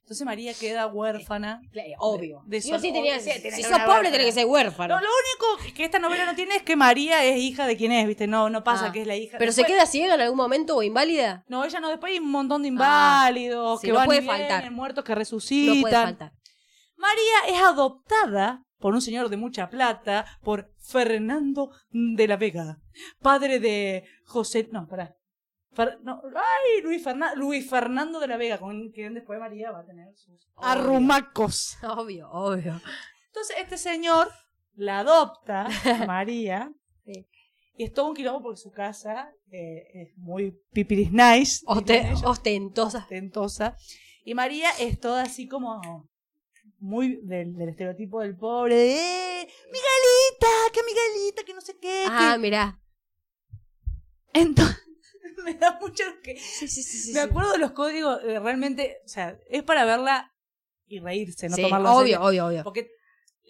Entonces María queda huérfana. Obvio. De- de Digo, sol- sí tenía que eh, obvio. ser- Tenés si que sos ser una pobre, huérfana. tenés que ser huérfano. No, lo único que esta novela no tiene es que María es hija de quien es, ¿viste? No, no pasa Ah. que es la hija. Pero se Después- queda ciega en algún momento o inválida. No, ella no, después hay un montón de inválidos sí, que no van y puede vienen, faltar. muertos que No resucitan. puede faltar. María es adoptada por un señor de mucha plata, por Fernando de la Vega, padre de José. No, pará. Fer- no, ay, Luis, Ferna- Luis Fernando de la Vega, con quien después María va a tener sus Obvio. arrumacos. Obvio, obvio. Entonces, este señor la adopta, a María. Sí. Y es todo un quilombo porque su casa eh, es muy pipiris nice. Oste- dirían ellos ostentosa. ostentosa. Y María es toda así como muy del, del estereotipo del pobre de "Eh, Miguelita, que Miguelita, que no sé qué. Ah, mirá. Entonces, <laughs> me da mucho lo que... Sí, sí, sí. sí, me sí. acuerdo de los códigos, eh, realmente, o sea, es para verla y reírse, no Sí, tomarlo en obvio, serio. obvio, obvio. Porque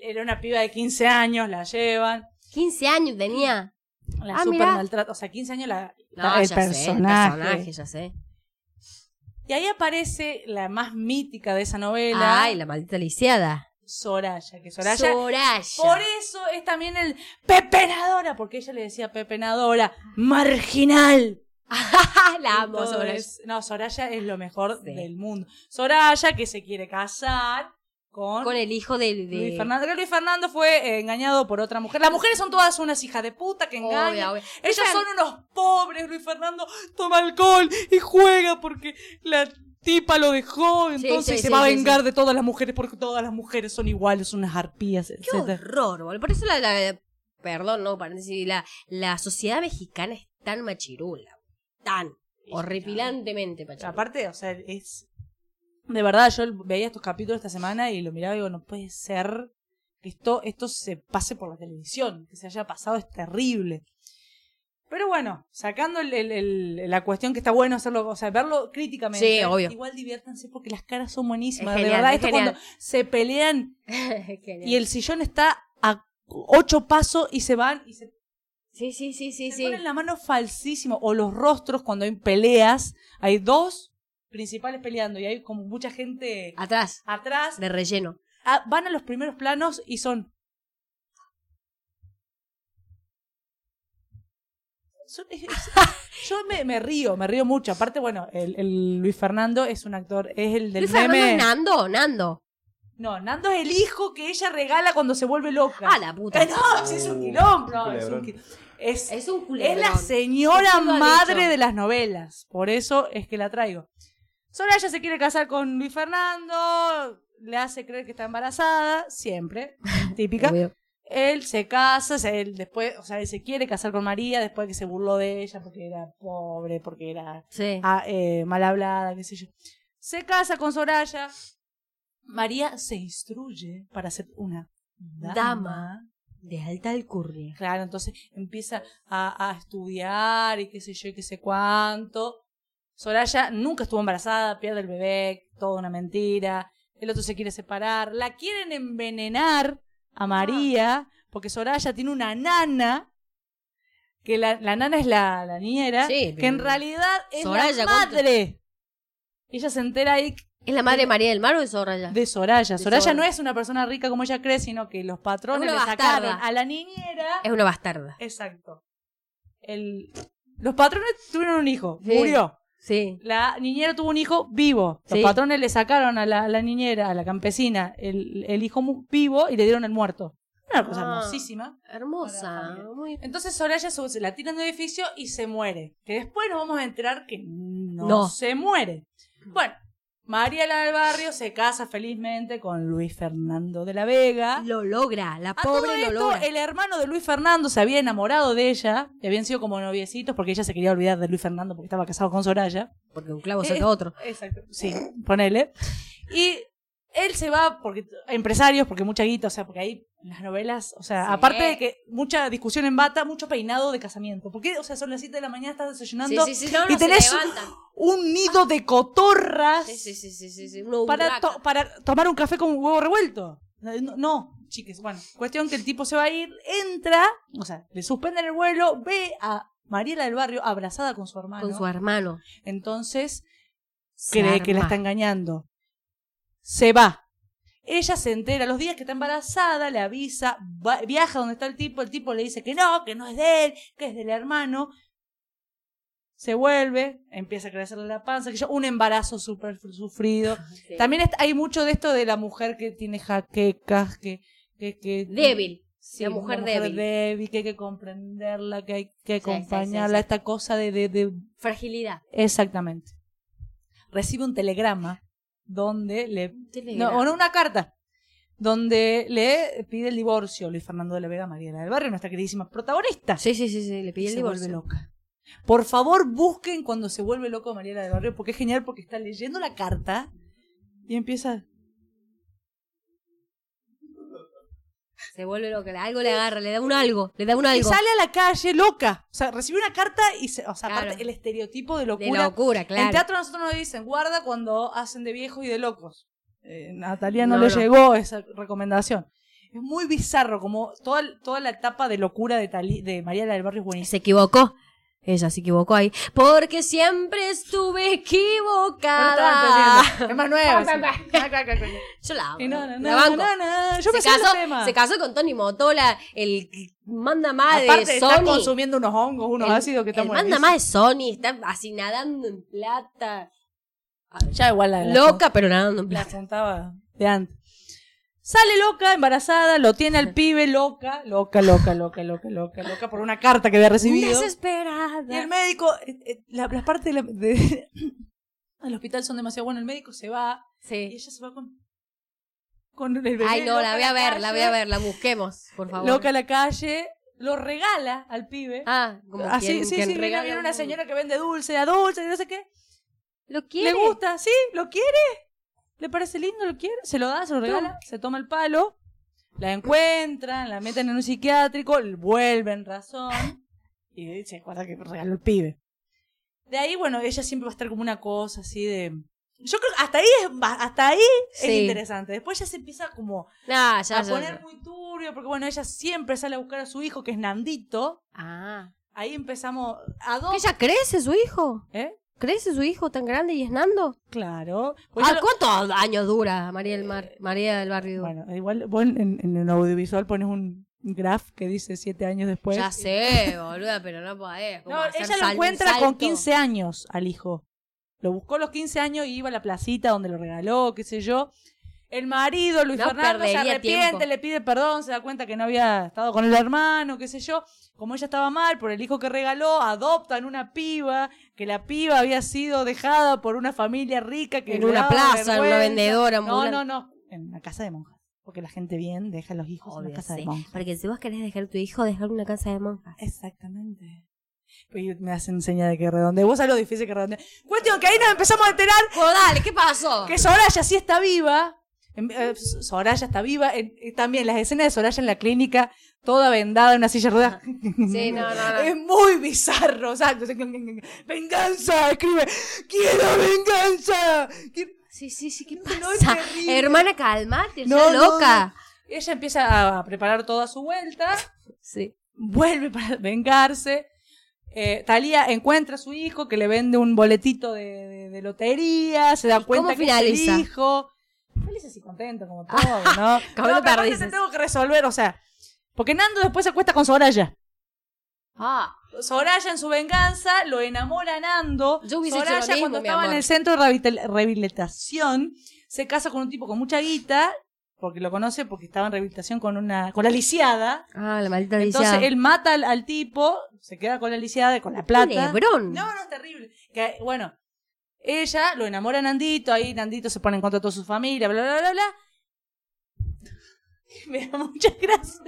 era una piba de 15 años, la llevan, 15 años tenía. la Ah, super mirá. maltrata, o sea, 15 años la, No, la- el, ya personaje. sé, el personaje, ya sé. Y ahí aparece la más mítica de esa novela, Ay, la maldita lisiada. Soraya, que Soraya Soraya. Por eso es también el pepenadora, porque ella le decía pepenadora, marginal. <laughs> la amo, Todo Soraya. es- no, Soraya es lo mejor Sí. del mundo. Soraya que se quiere casar con, Con el hijo de... de... Luis Fernando. Que Luis Fernando fue eh, engañado por otra mujer. Las mujeres son todas unas hijas de puta que engañan. Obvio, obvio. Ellos son unos pobres. Luis Fernando toma alcohol y juega porque la tipa lo dejó. Entonces sí, se sí, va a sí, vengar sí. de todas las mujeres porque todas las mujeres son iguales, unas arpías, Qué etcétera. horror, boludo. Por eso la, la- perdón, no, paréntesis, la, la sociedad mexicana es tan machirula, tan horripilantemente O sea, <laughs> machirula. Aparte, o sea, es. De verdad, yo veía estos capítulos esta semana y lo miraba y digo, no puede ser que esto, esto se pase por la televisión, que se haya pasado, es terrible. Pero bueno, sacando el- el- el- la cuestión que está bueno hacerlo, o sea, verlo críticamente. Sí, obvio. Igual diviértanse porque las caras son buenísimas. Es de genial, verdad, es esto genial. cuando se pelean Genial. y el sillón está a ocho pasos y se van y se Sí, sí, sí, sí, se sí. ponen la mano falsísimo. O los rostros cuando hay peleas. Hay dos principales peleando y hay como mucha gente Atrás, atrás. de relleno. Ah, van a los primeros planos y son. Son- <laughs> es- es- Yo me, me río, me río mucho. Aparte, bueno, el, el Luis Fernando es un actor, es el del Luis meme. Fernando es Nando, Nando. No, Nando es el hijo que ella regala cuando se vuelve loca. Ah, la puta. Eh, no, sí, es un Uh, quilombo. no, qué es un culebrón. qui- es- Es un culo. es la señora Usted lo ha madre dicho. de las novelas. Por eso es que la traigo. Soraya se quiere casar con Luis Fernando. Le hace creer que está embarazada. <laughs> Siempre. Típica. él se casa. se- él después, o sea, él se quiere casar con María después que se burló de ella porque era pobre, porque era Sí. ah, eh, mal hablada, qué sé yo. Se casa con Soraya. María se instruye para ser una dama. Dama. De alta alcurnia. Claro, entonces empieza a, a estudiar y qué sé yo y qué sé cuánto. Soraya nunca estuvo embarazada, pierde el bebé, toda una mentira. El otro se quiere separar. La quieren envenenar a María porque Soraya tiene una nana. Que la, la nana es la, la niñera. Sí, que en pero- realidad es Soraya, la ¿cuánto? madre. Y ella se entera ahí ¿Es la madre de María del Mar o es Soraya? de Soraya. De Soraya Soraya. no es una persona rica como ella cree, sino que los patrones Es le una sacaron bastarda. a la niñera. Es una bastarda. Exacto. El- Los patrones tuvieron un hijo, Sí. murió. Sí. La niñera tuvo un hijo vivo. Los Sí. patrones le sacaron a la, a la niñera, a la campesina, el, el hijo mu- vivo y le dieron el muerto. Una cosa Ah. hermosísima. Hermosa. Para la Muy... Entonces Soraya se, se la tira en un edificio y se muere. Que después nos vamos a enterar que no, No. se muere. Bueno, María la del Barrio se casa felizmente con Luis Fernando de la Vega. Lo logra, la A todo pobre lo esto, logra. el hermano de Luis Fernando se había enamorado de ella, y habían sido como noviecitos porque ella se quería olvidar de Luis Fernando porque Eh, estaba casado con Soraya. Porque un clavo Eh, saca otro. Exacto. Sí, ponele. Y él se va porque empresarios, porque mucha guita, o sea, porque ahí en las novelas, o sea, Sí. aparte de que mucha discusión en bata, mucho peinado de casamiento. Porque, o sea, son las 7 de la mañana, estás desayunando Sí, sí, sí, no, no, y se tenés levantan. un, un nido de cotorras Sí, sí, sí, sí, sí, sí, una para, urraca. to- para tomar un café con un huevo revuelto. Eh, No, no, chiques, bueno, cuestión que el tipo se va a ir, entra, o sea, le suspenden el vuelo, ve a Mariela del Barrio abrazada con su hermano. con su hermano. Entonces, Se cree que la arma. está engañando. Se va. Ella se entera los días que está embarazada, le avisa, va- viaja donde está el tipo, el tipo le dice que no, que no es de él, que es del hermano. Se vuelve, empieza a crecerle la panza, que yo- un embarazo súper sufrido. Sí. También est- hay mucho de esto de la mujer que tiene jaquecas, que... que, que Débil. Sí, la una mujer débil. que hay que comprenderla, que hay Sí, sí, que sí, acompañarla, sí. esta cosa de- de- de Fragilidad. Exactamente. Recibe un telegrama donde le. Telegrama. No, o no, una carta. Donde le pide el divorcio Luis Fernando de la Vega, Mariela del Barrio, nuestra queridísima protagonista. Sí, sí, sí, sí, le pedí el se divorcio. vuelve loca. Por favor, busquen cuando se vuelve loco Mariela del Barrio, porque es genial, porque está leyendo la carta y empieza. Se vuelve loca. Algo le agarra, le da un algo, le da un Y algo. sale a la calle loca. O sea, recibe una carta y se. O sea, Claro. aparte, el estereotipo de De locura, En claro. teatro a nosotros nos dicen, guarda cuando hacen de viejos y de locos. Eh, Natalia no, No, le no. llegó esa recomendación. Es muy bizarro, como toda, toda la etapa de locura de, Tali- de María la del Barrio es buenísima. Se equivocó. Ella se equivocó ahí. Porque siempre estuve equivocada. Es <laughs> más nueva. Pa, pa, sí. Ah, claro, claro, claro. Yo la amo. Y no, no, la no, banco. no, no. Yo me se, sé los casó, temas. se casó con Tony Motola, el que manda más Aparte, de está Sony. consumiendo unos hongos, unos El- ácidos que el están manda buenísimos. más de Sony, está así nadando en plata. Ah, Ya igual la la- Loca, pero nadando en <laughs> La plata. apuntaba de antes. Sale loca, embarazada, lo tiene al pibe loca, loca, loca, loca, loca, loca, loca, por una carta que había recibido. Desesperada. Y el médico, eh, eh, la- las partes de la- de- <coughs> del hospital son demasiado buenas. El médico se va y Sí. ella se va con, con el bebé. Ay, no, loca la voy a ver, la voy a ver, la busquemos, por favor. calle, Loca a la calle, lo regala al pibe. Ah, como Así, quien, sí, quien sí, viene- regala viene un- una señora que vende dulce, a dulce, no sé qué. ¿Lo quiere? Le gusta, sí, lo quiere. Le parece lindo, lo quiere. Se lo da, se lo regala, se toma el palo. La encuentran, la meten en un psiquiátrico, vuelven razón. Y se acuerda que regaló el pibe. De ahí, bueno, ella siempre va a estar como una cosa así de. Yo creo que hasta ahí es, ba- hasta ahí es Sí. interesante. Después ya se empieza como Ah, ya, a ya, poner ya. muy turbio, porque bueno, ella siempre sale a buscar a su hijo, que es Nandito. Ah. Ahí empezamos a ¿Que dos. ¿Ella crece su hijo? ¿Eh? ¿Crece su hijo tan grande y es Nando? Claro. Pues ¿A ella lo- Eh, cuántos años dura María del Mar, María del Barrio? Bueno, igual vos en, en el audiovisual pones un graph que dice siete años después. ya sé, boluda, pero no podés. como pues. No, hacer ella lo sal- encuentra con salto. 15 años al hijo. Lo buscó a los 15 años y iba a la placita donde lo regaló, qué sé yo. El marido, Luis No Fernando, se perdería arrepiente, tiempo. le pide perdón, se da cuenta que no había estado con el hermano, qué sé yo. Como ella estaba mal por el hijo que regaló, adoptan una piba, que la piba había sido dejada por una familia rica que En le una daba plaza, en una vergüenza. vendedora No, ambulante. no, no. En una casa de monjas. Porque la gente bien deja a los hijos en Obvio, una casa sí. de monjas. Porque si vos querés dejar tu hijo, dejar una casa de monjas. Exactamente. Pues me hacen seña de que redonde. Vos sabés lo difícil que redonde. Cuestión que ahí nos empezamos a enterar Pues dale, ¿qué pasó? que Soraya sí está viva. En- eh, Soraya está viva. En- eh, también las escenas de Soraya en la clínica, toda vendada en una silla de ruedas. <laughs> Sí, no, no, no. Es muy bizarro. o sea, venganza, escribe. Quiero venganza. Quiero- Sí, sí, sí, ¿qué No, es pasa? terrible. Hermana, calmate, No, ya no, loca. Ella empieza a preparar toda su vuelta. Sí. vuelve para <laughs> vengarse. Eh, Talía encuentra a su hijo que le vende un boletito de, de- de lotería, se da ¿Y cuenta cómo que es finaliza? el hijo. Felices y contento, <laughs> como todo, ¿no? no Como no pero aparte perdices. te tengo que resolver, o sea, porque Nando después se acuesta con Soraya. Ah, Soraya en su venganza lo enamora a Nando. Yo hubiese hecho Soraya lo mismo, cuando mi estaba en amor. el centro de rehabil- rehabilitación se casa con un tipo con mucha guita, porque lo conoce porque estaba en rehabilitación con una con la lisiada. ah la maldita Entonces viciada. él mata al, al tipo, se queda con la lisiada, con la plata. Culebrón. No, no, es terrible. Que, bueno, ella lo enamora a Nandito, ahí Nandito se pone en contra de toda su familia, bla, bla, bla, <laughs> bla. Me da muchas gracias.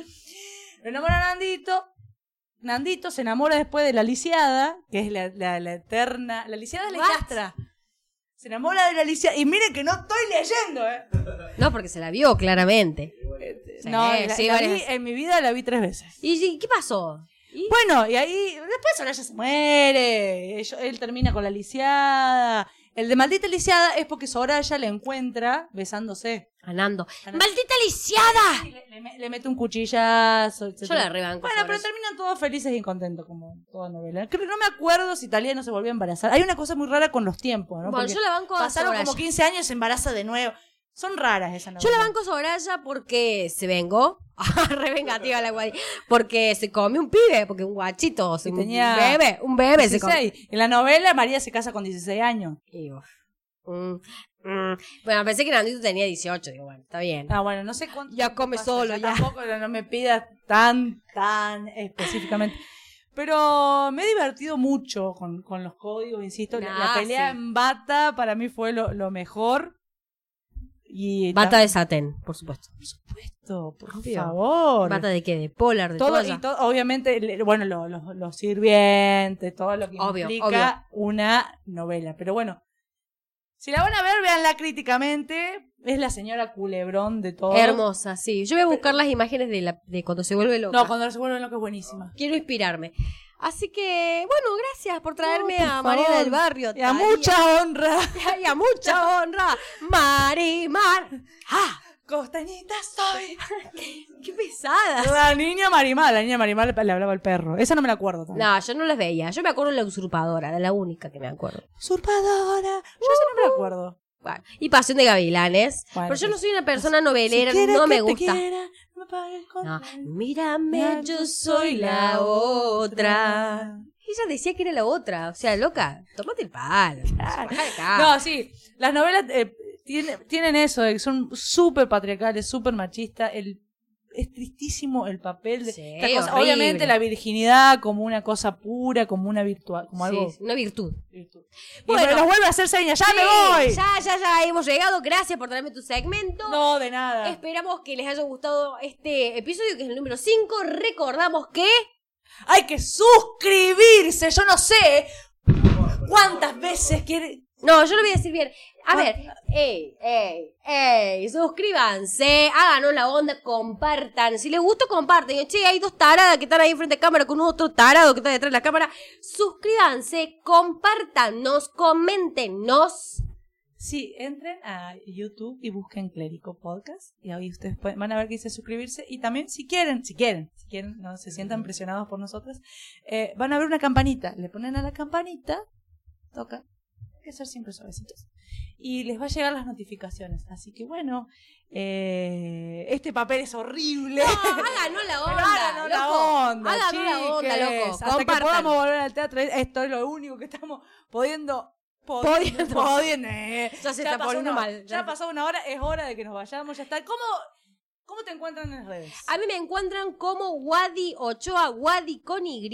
Lo enamora a Nandito. Nandito se enamora después de la lisiada, que es la, la, la eterna. La lisiada es la What? hijastra. se enamora de la Alicia. Y miren que no estoy leyendo, ¿eh? No, porque se la vio claramente. Sí, no, la- sí, la varias vi- veces. en mi vida la vi tres veces. ¿Y, y qué pasó? ¿Y? Bueno, y ahí después Soraya se muere, ello- él termina con la lisiada. El de maldita lisiada es porque Soraya le encuentra besándose. Anando. Anando. ¡Maldita lisiada! Y Le, le me- le mete un cuchillazo. Ah. Yo etcétera. la rebanco. Bueno, pero sobre terminan todos felices y contentos, como toda novela. Creo que no me acuerdo si Talía no se volvió a embarazar. Hay una cosa muy rara con los tiempos, eso. ¿no? Bueno, Porque yo la banco a pasaron Soraya. como 15 años y se embaraza de nuevo. Son raras esas novelas. Yo la banco a Soraya porque se vengó. <laughs> Re vengativa la guay. Porque se comió un pibe, porque un guachito, se- Y tenía un bebé, un bebé se comió. 16. En la novela María se casa con 16 años. Y uf, mm, mm. Bueno, pensé que Nandito tenía 18, digo, bueno, está bien. Ah, bueno, no sé cuánto. Ya tiempo come pasa, solo, ya. Tampoco no, no me pidas tan, tan específicamente. Pero me he divertido mucho con, con los códigos, insisto. La- la, Ah, pelea sí. en bata para mí fue lo, lo mejor. Y Bata de satén, por supuesto. tanto, por Obvio. favor. ¿Bata de qué? De polar, de todo, toalla. y todo, obviamente, le- bueno, lo- lo- los sirvientes, todo lo que Obvio, implica una novela. Pero bueno, si la van a ver, véanla críticamente. Es la señora culebrón de todo. Hermosa, sí. Yo voy a buscar las imágenes de, la, de cuando se vuelve loca. No, cuando se vuelven locos es buenísima. Quiero inspirarme. Así que, bueno, gracias por traerme por a María favor. del Barrio. Y a Talía. mucha honra. <laughs> y a mucha honra. Marimar. ¡Ah! Costañita soy. ¡Qué pesada! La niña Marimar, la niña Marimar le, le hablaba al perro. Esa no me la acuerdo. tanto. No, yo no las veía. Yo me acuerdo de la usurpadora, de la única que me acuerdo. Usurpadora. Yo esa no me la acuerdo. Bueno, y Pasión de Gavilanes. Bueno, pero yo no pues, soy una persona Si novelera, quieres no que me te gusta. quiera, no me pagues con- No, mírame, yo soy la otra. Ella decía que era la otra. O sea, loca, tómate el palo. Claro. bajá de acá. No, sí. Las novelas eh, tiene- tienen eso, de que son súper patriarcales, súper machistas. El, es tristísimo el papel de Sí, esta cosa. horrible. Obviamente la virginidad como una cosa pura, como una virtual, como Sí, algo. sí, una virtud. virtud. Y Bueno. pero nos vuelve a hacer señas, ya me Sí, voy. Ya, ya, ya hemos llegado. Gracias por traerme tu segmento. No, de nada. Esperamos que les haya gustado este episodio, que es el número 5. Recordamos que. Hay que suscribirse. Yo no sé cuántas veces quiere. No, yo lo voy a decir bien. A Ah. ver, ey, ey, ey, suscríbanse, háganos la onda, compartan. Si les gustó, comparten. Che, hay dos taradas que están ahí frente a cámara con otro tarado que está detrás de la cámara. Suscríbanse, compartanos, coméntenos. Sí, entren a YouTube y busquen Clérico Podcast y ahí ustedes pueden- van a ver que dice suscribirse y también si quieren, si quieren, si quieren, no se sientan presionados por nosotras, eh, van a ver una campanita, le ponen a la campanita, toca, hay que ser siempre suavecitos y les va a llegar las notificaciones, así que bueno, eh, este papel es horrible. No, háganos <laughs> la Pero onda. háganos la loco. onda, Háganos la onda, chiques. loco. Hasta Compartan. que podamos volver al teatro, esto es lo único que estamos pudiendo. Pudiendo. Pudiendo. pudiendo, eh. Ya se está pasó poniendo una- mal. Ya ha pasado una hora, es hora de que nos vayamos, ya está. ¿Cómo, cómo te encuentran en las redes? A mí me encuentran como Wadi Ochoa, Wadi con Y,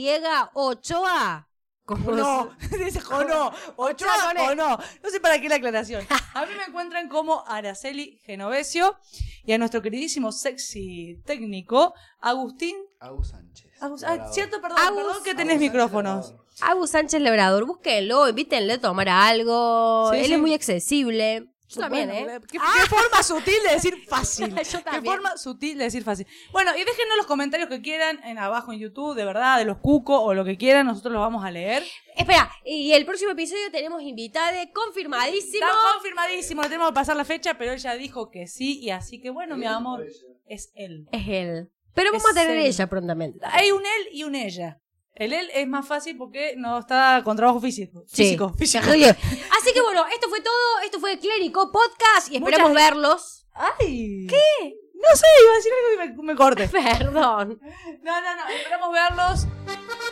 Ochoa. Como <laughs> no, dice "Oh, o no, Ochoa Ochoa con o E. no. No sé para qué <laughs> la aclaración. A mí me encuentran como Araceli Genovesio y a nuestro queridísimo sexy técnico, Agustín. Agus Sánchez. Agus- ah, Labrador. cierto, perdón, Agus- perdón que Agus tenés Sánchez micrófonos. Labrador. Agus Sánchez Lebrador, búsquenlo, invítenle a tomar algo. Sí, Él sí. es muy accesible. Yo también, Bueno, ¿eh? ¿Qué, qué forma sutil de decir fácil. <laughs> Yo Qué también. forma sutil de decir fácil. Bueno, y déjenos los comentarios que quieran en abajo en YouTube, de verdad, de los cucos o lo que quieran, nosotros los vamos a leer. Espera, y el próximo episodio tenemos invitada confirmadísimo. Está confirmadísimo, le tenemos que pasar la fecha, pero ella dijo que sí, y así que bueno, mi amor, es él. Es él. Pero vamos Es a tener él. ella prontamente. Hay un él y un ella. El él es más fácil porque no está con trabajo físico. Sí. Físico, físico. Así que bueno, esto fue todo. Esto fue Clérico Podcast y esperamos Muchas- verlos. Ay. ¿Qué? No sé, iba a decir algo y me, me <laughs> corte. Perdón. No, no, no, esperamos verlos.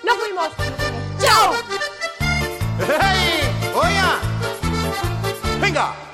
Nos fuimos. ¡Chao! ¡Hey! ¡Oiga! ¡Venga!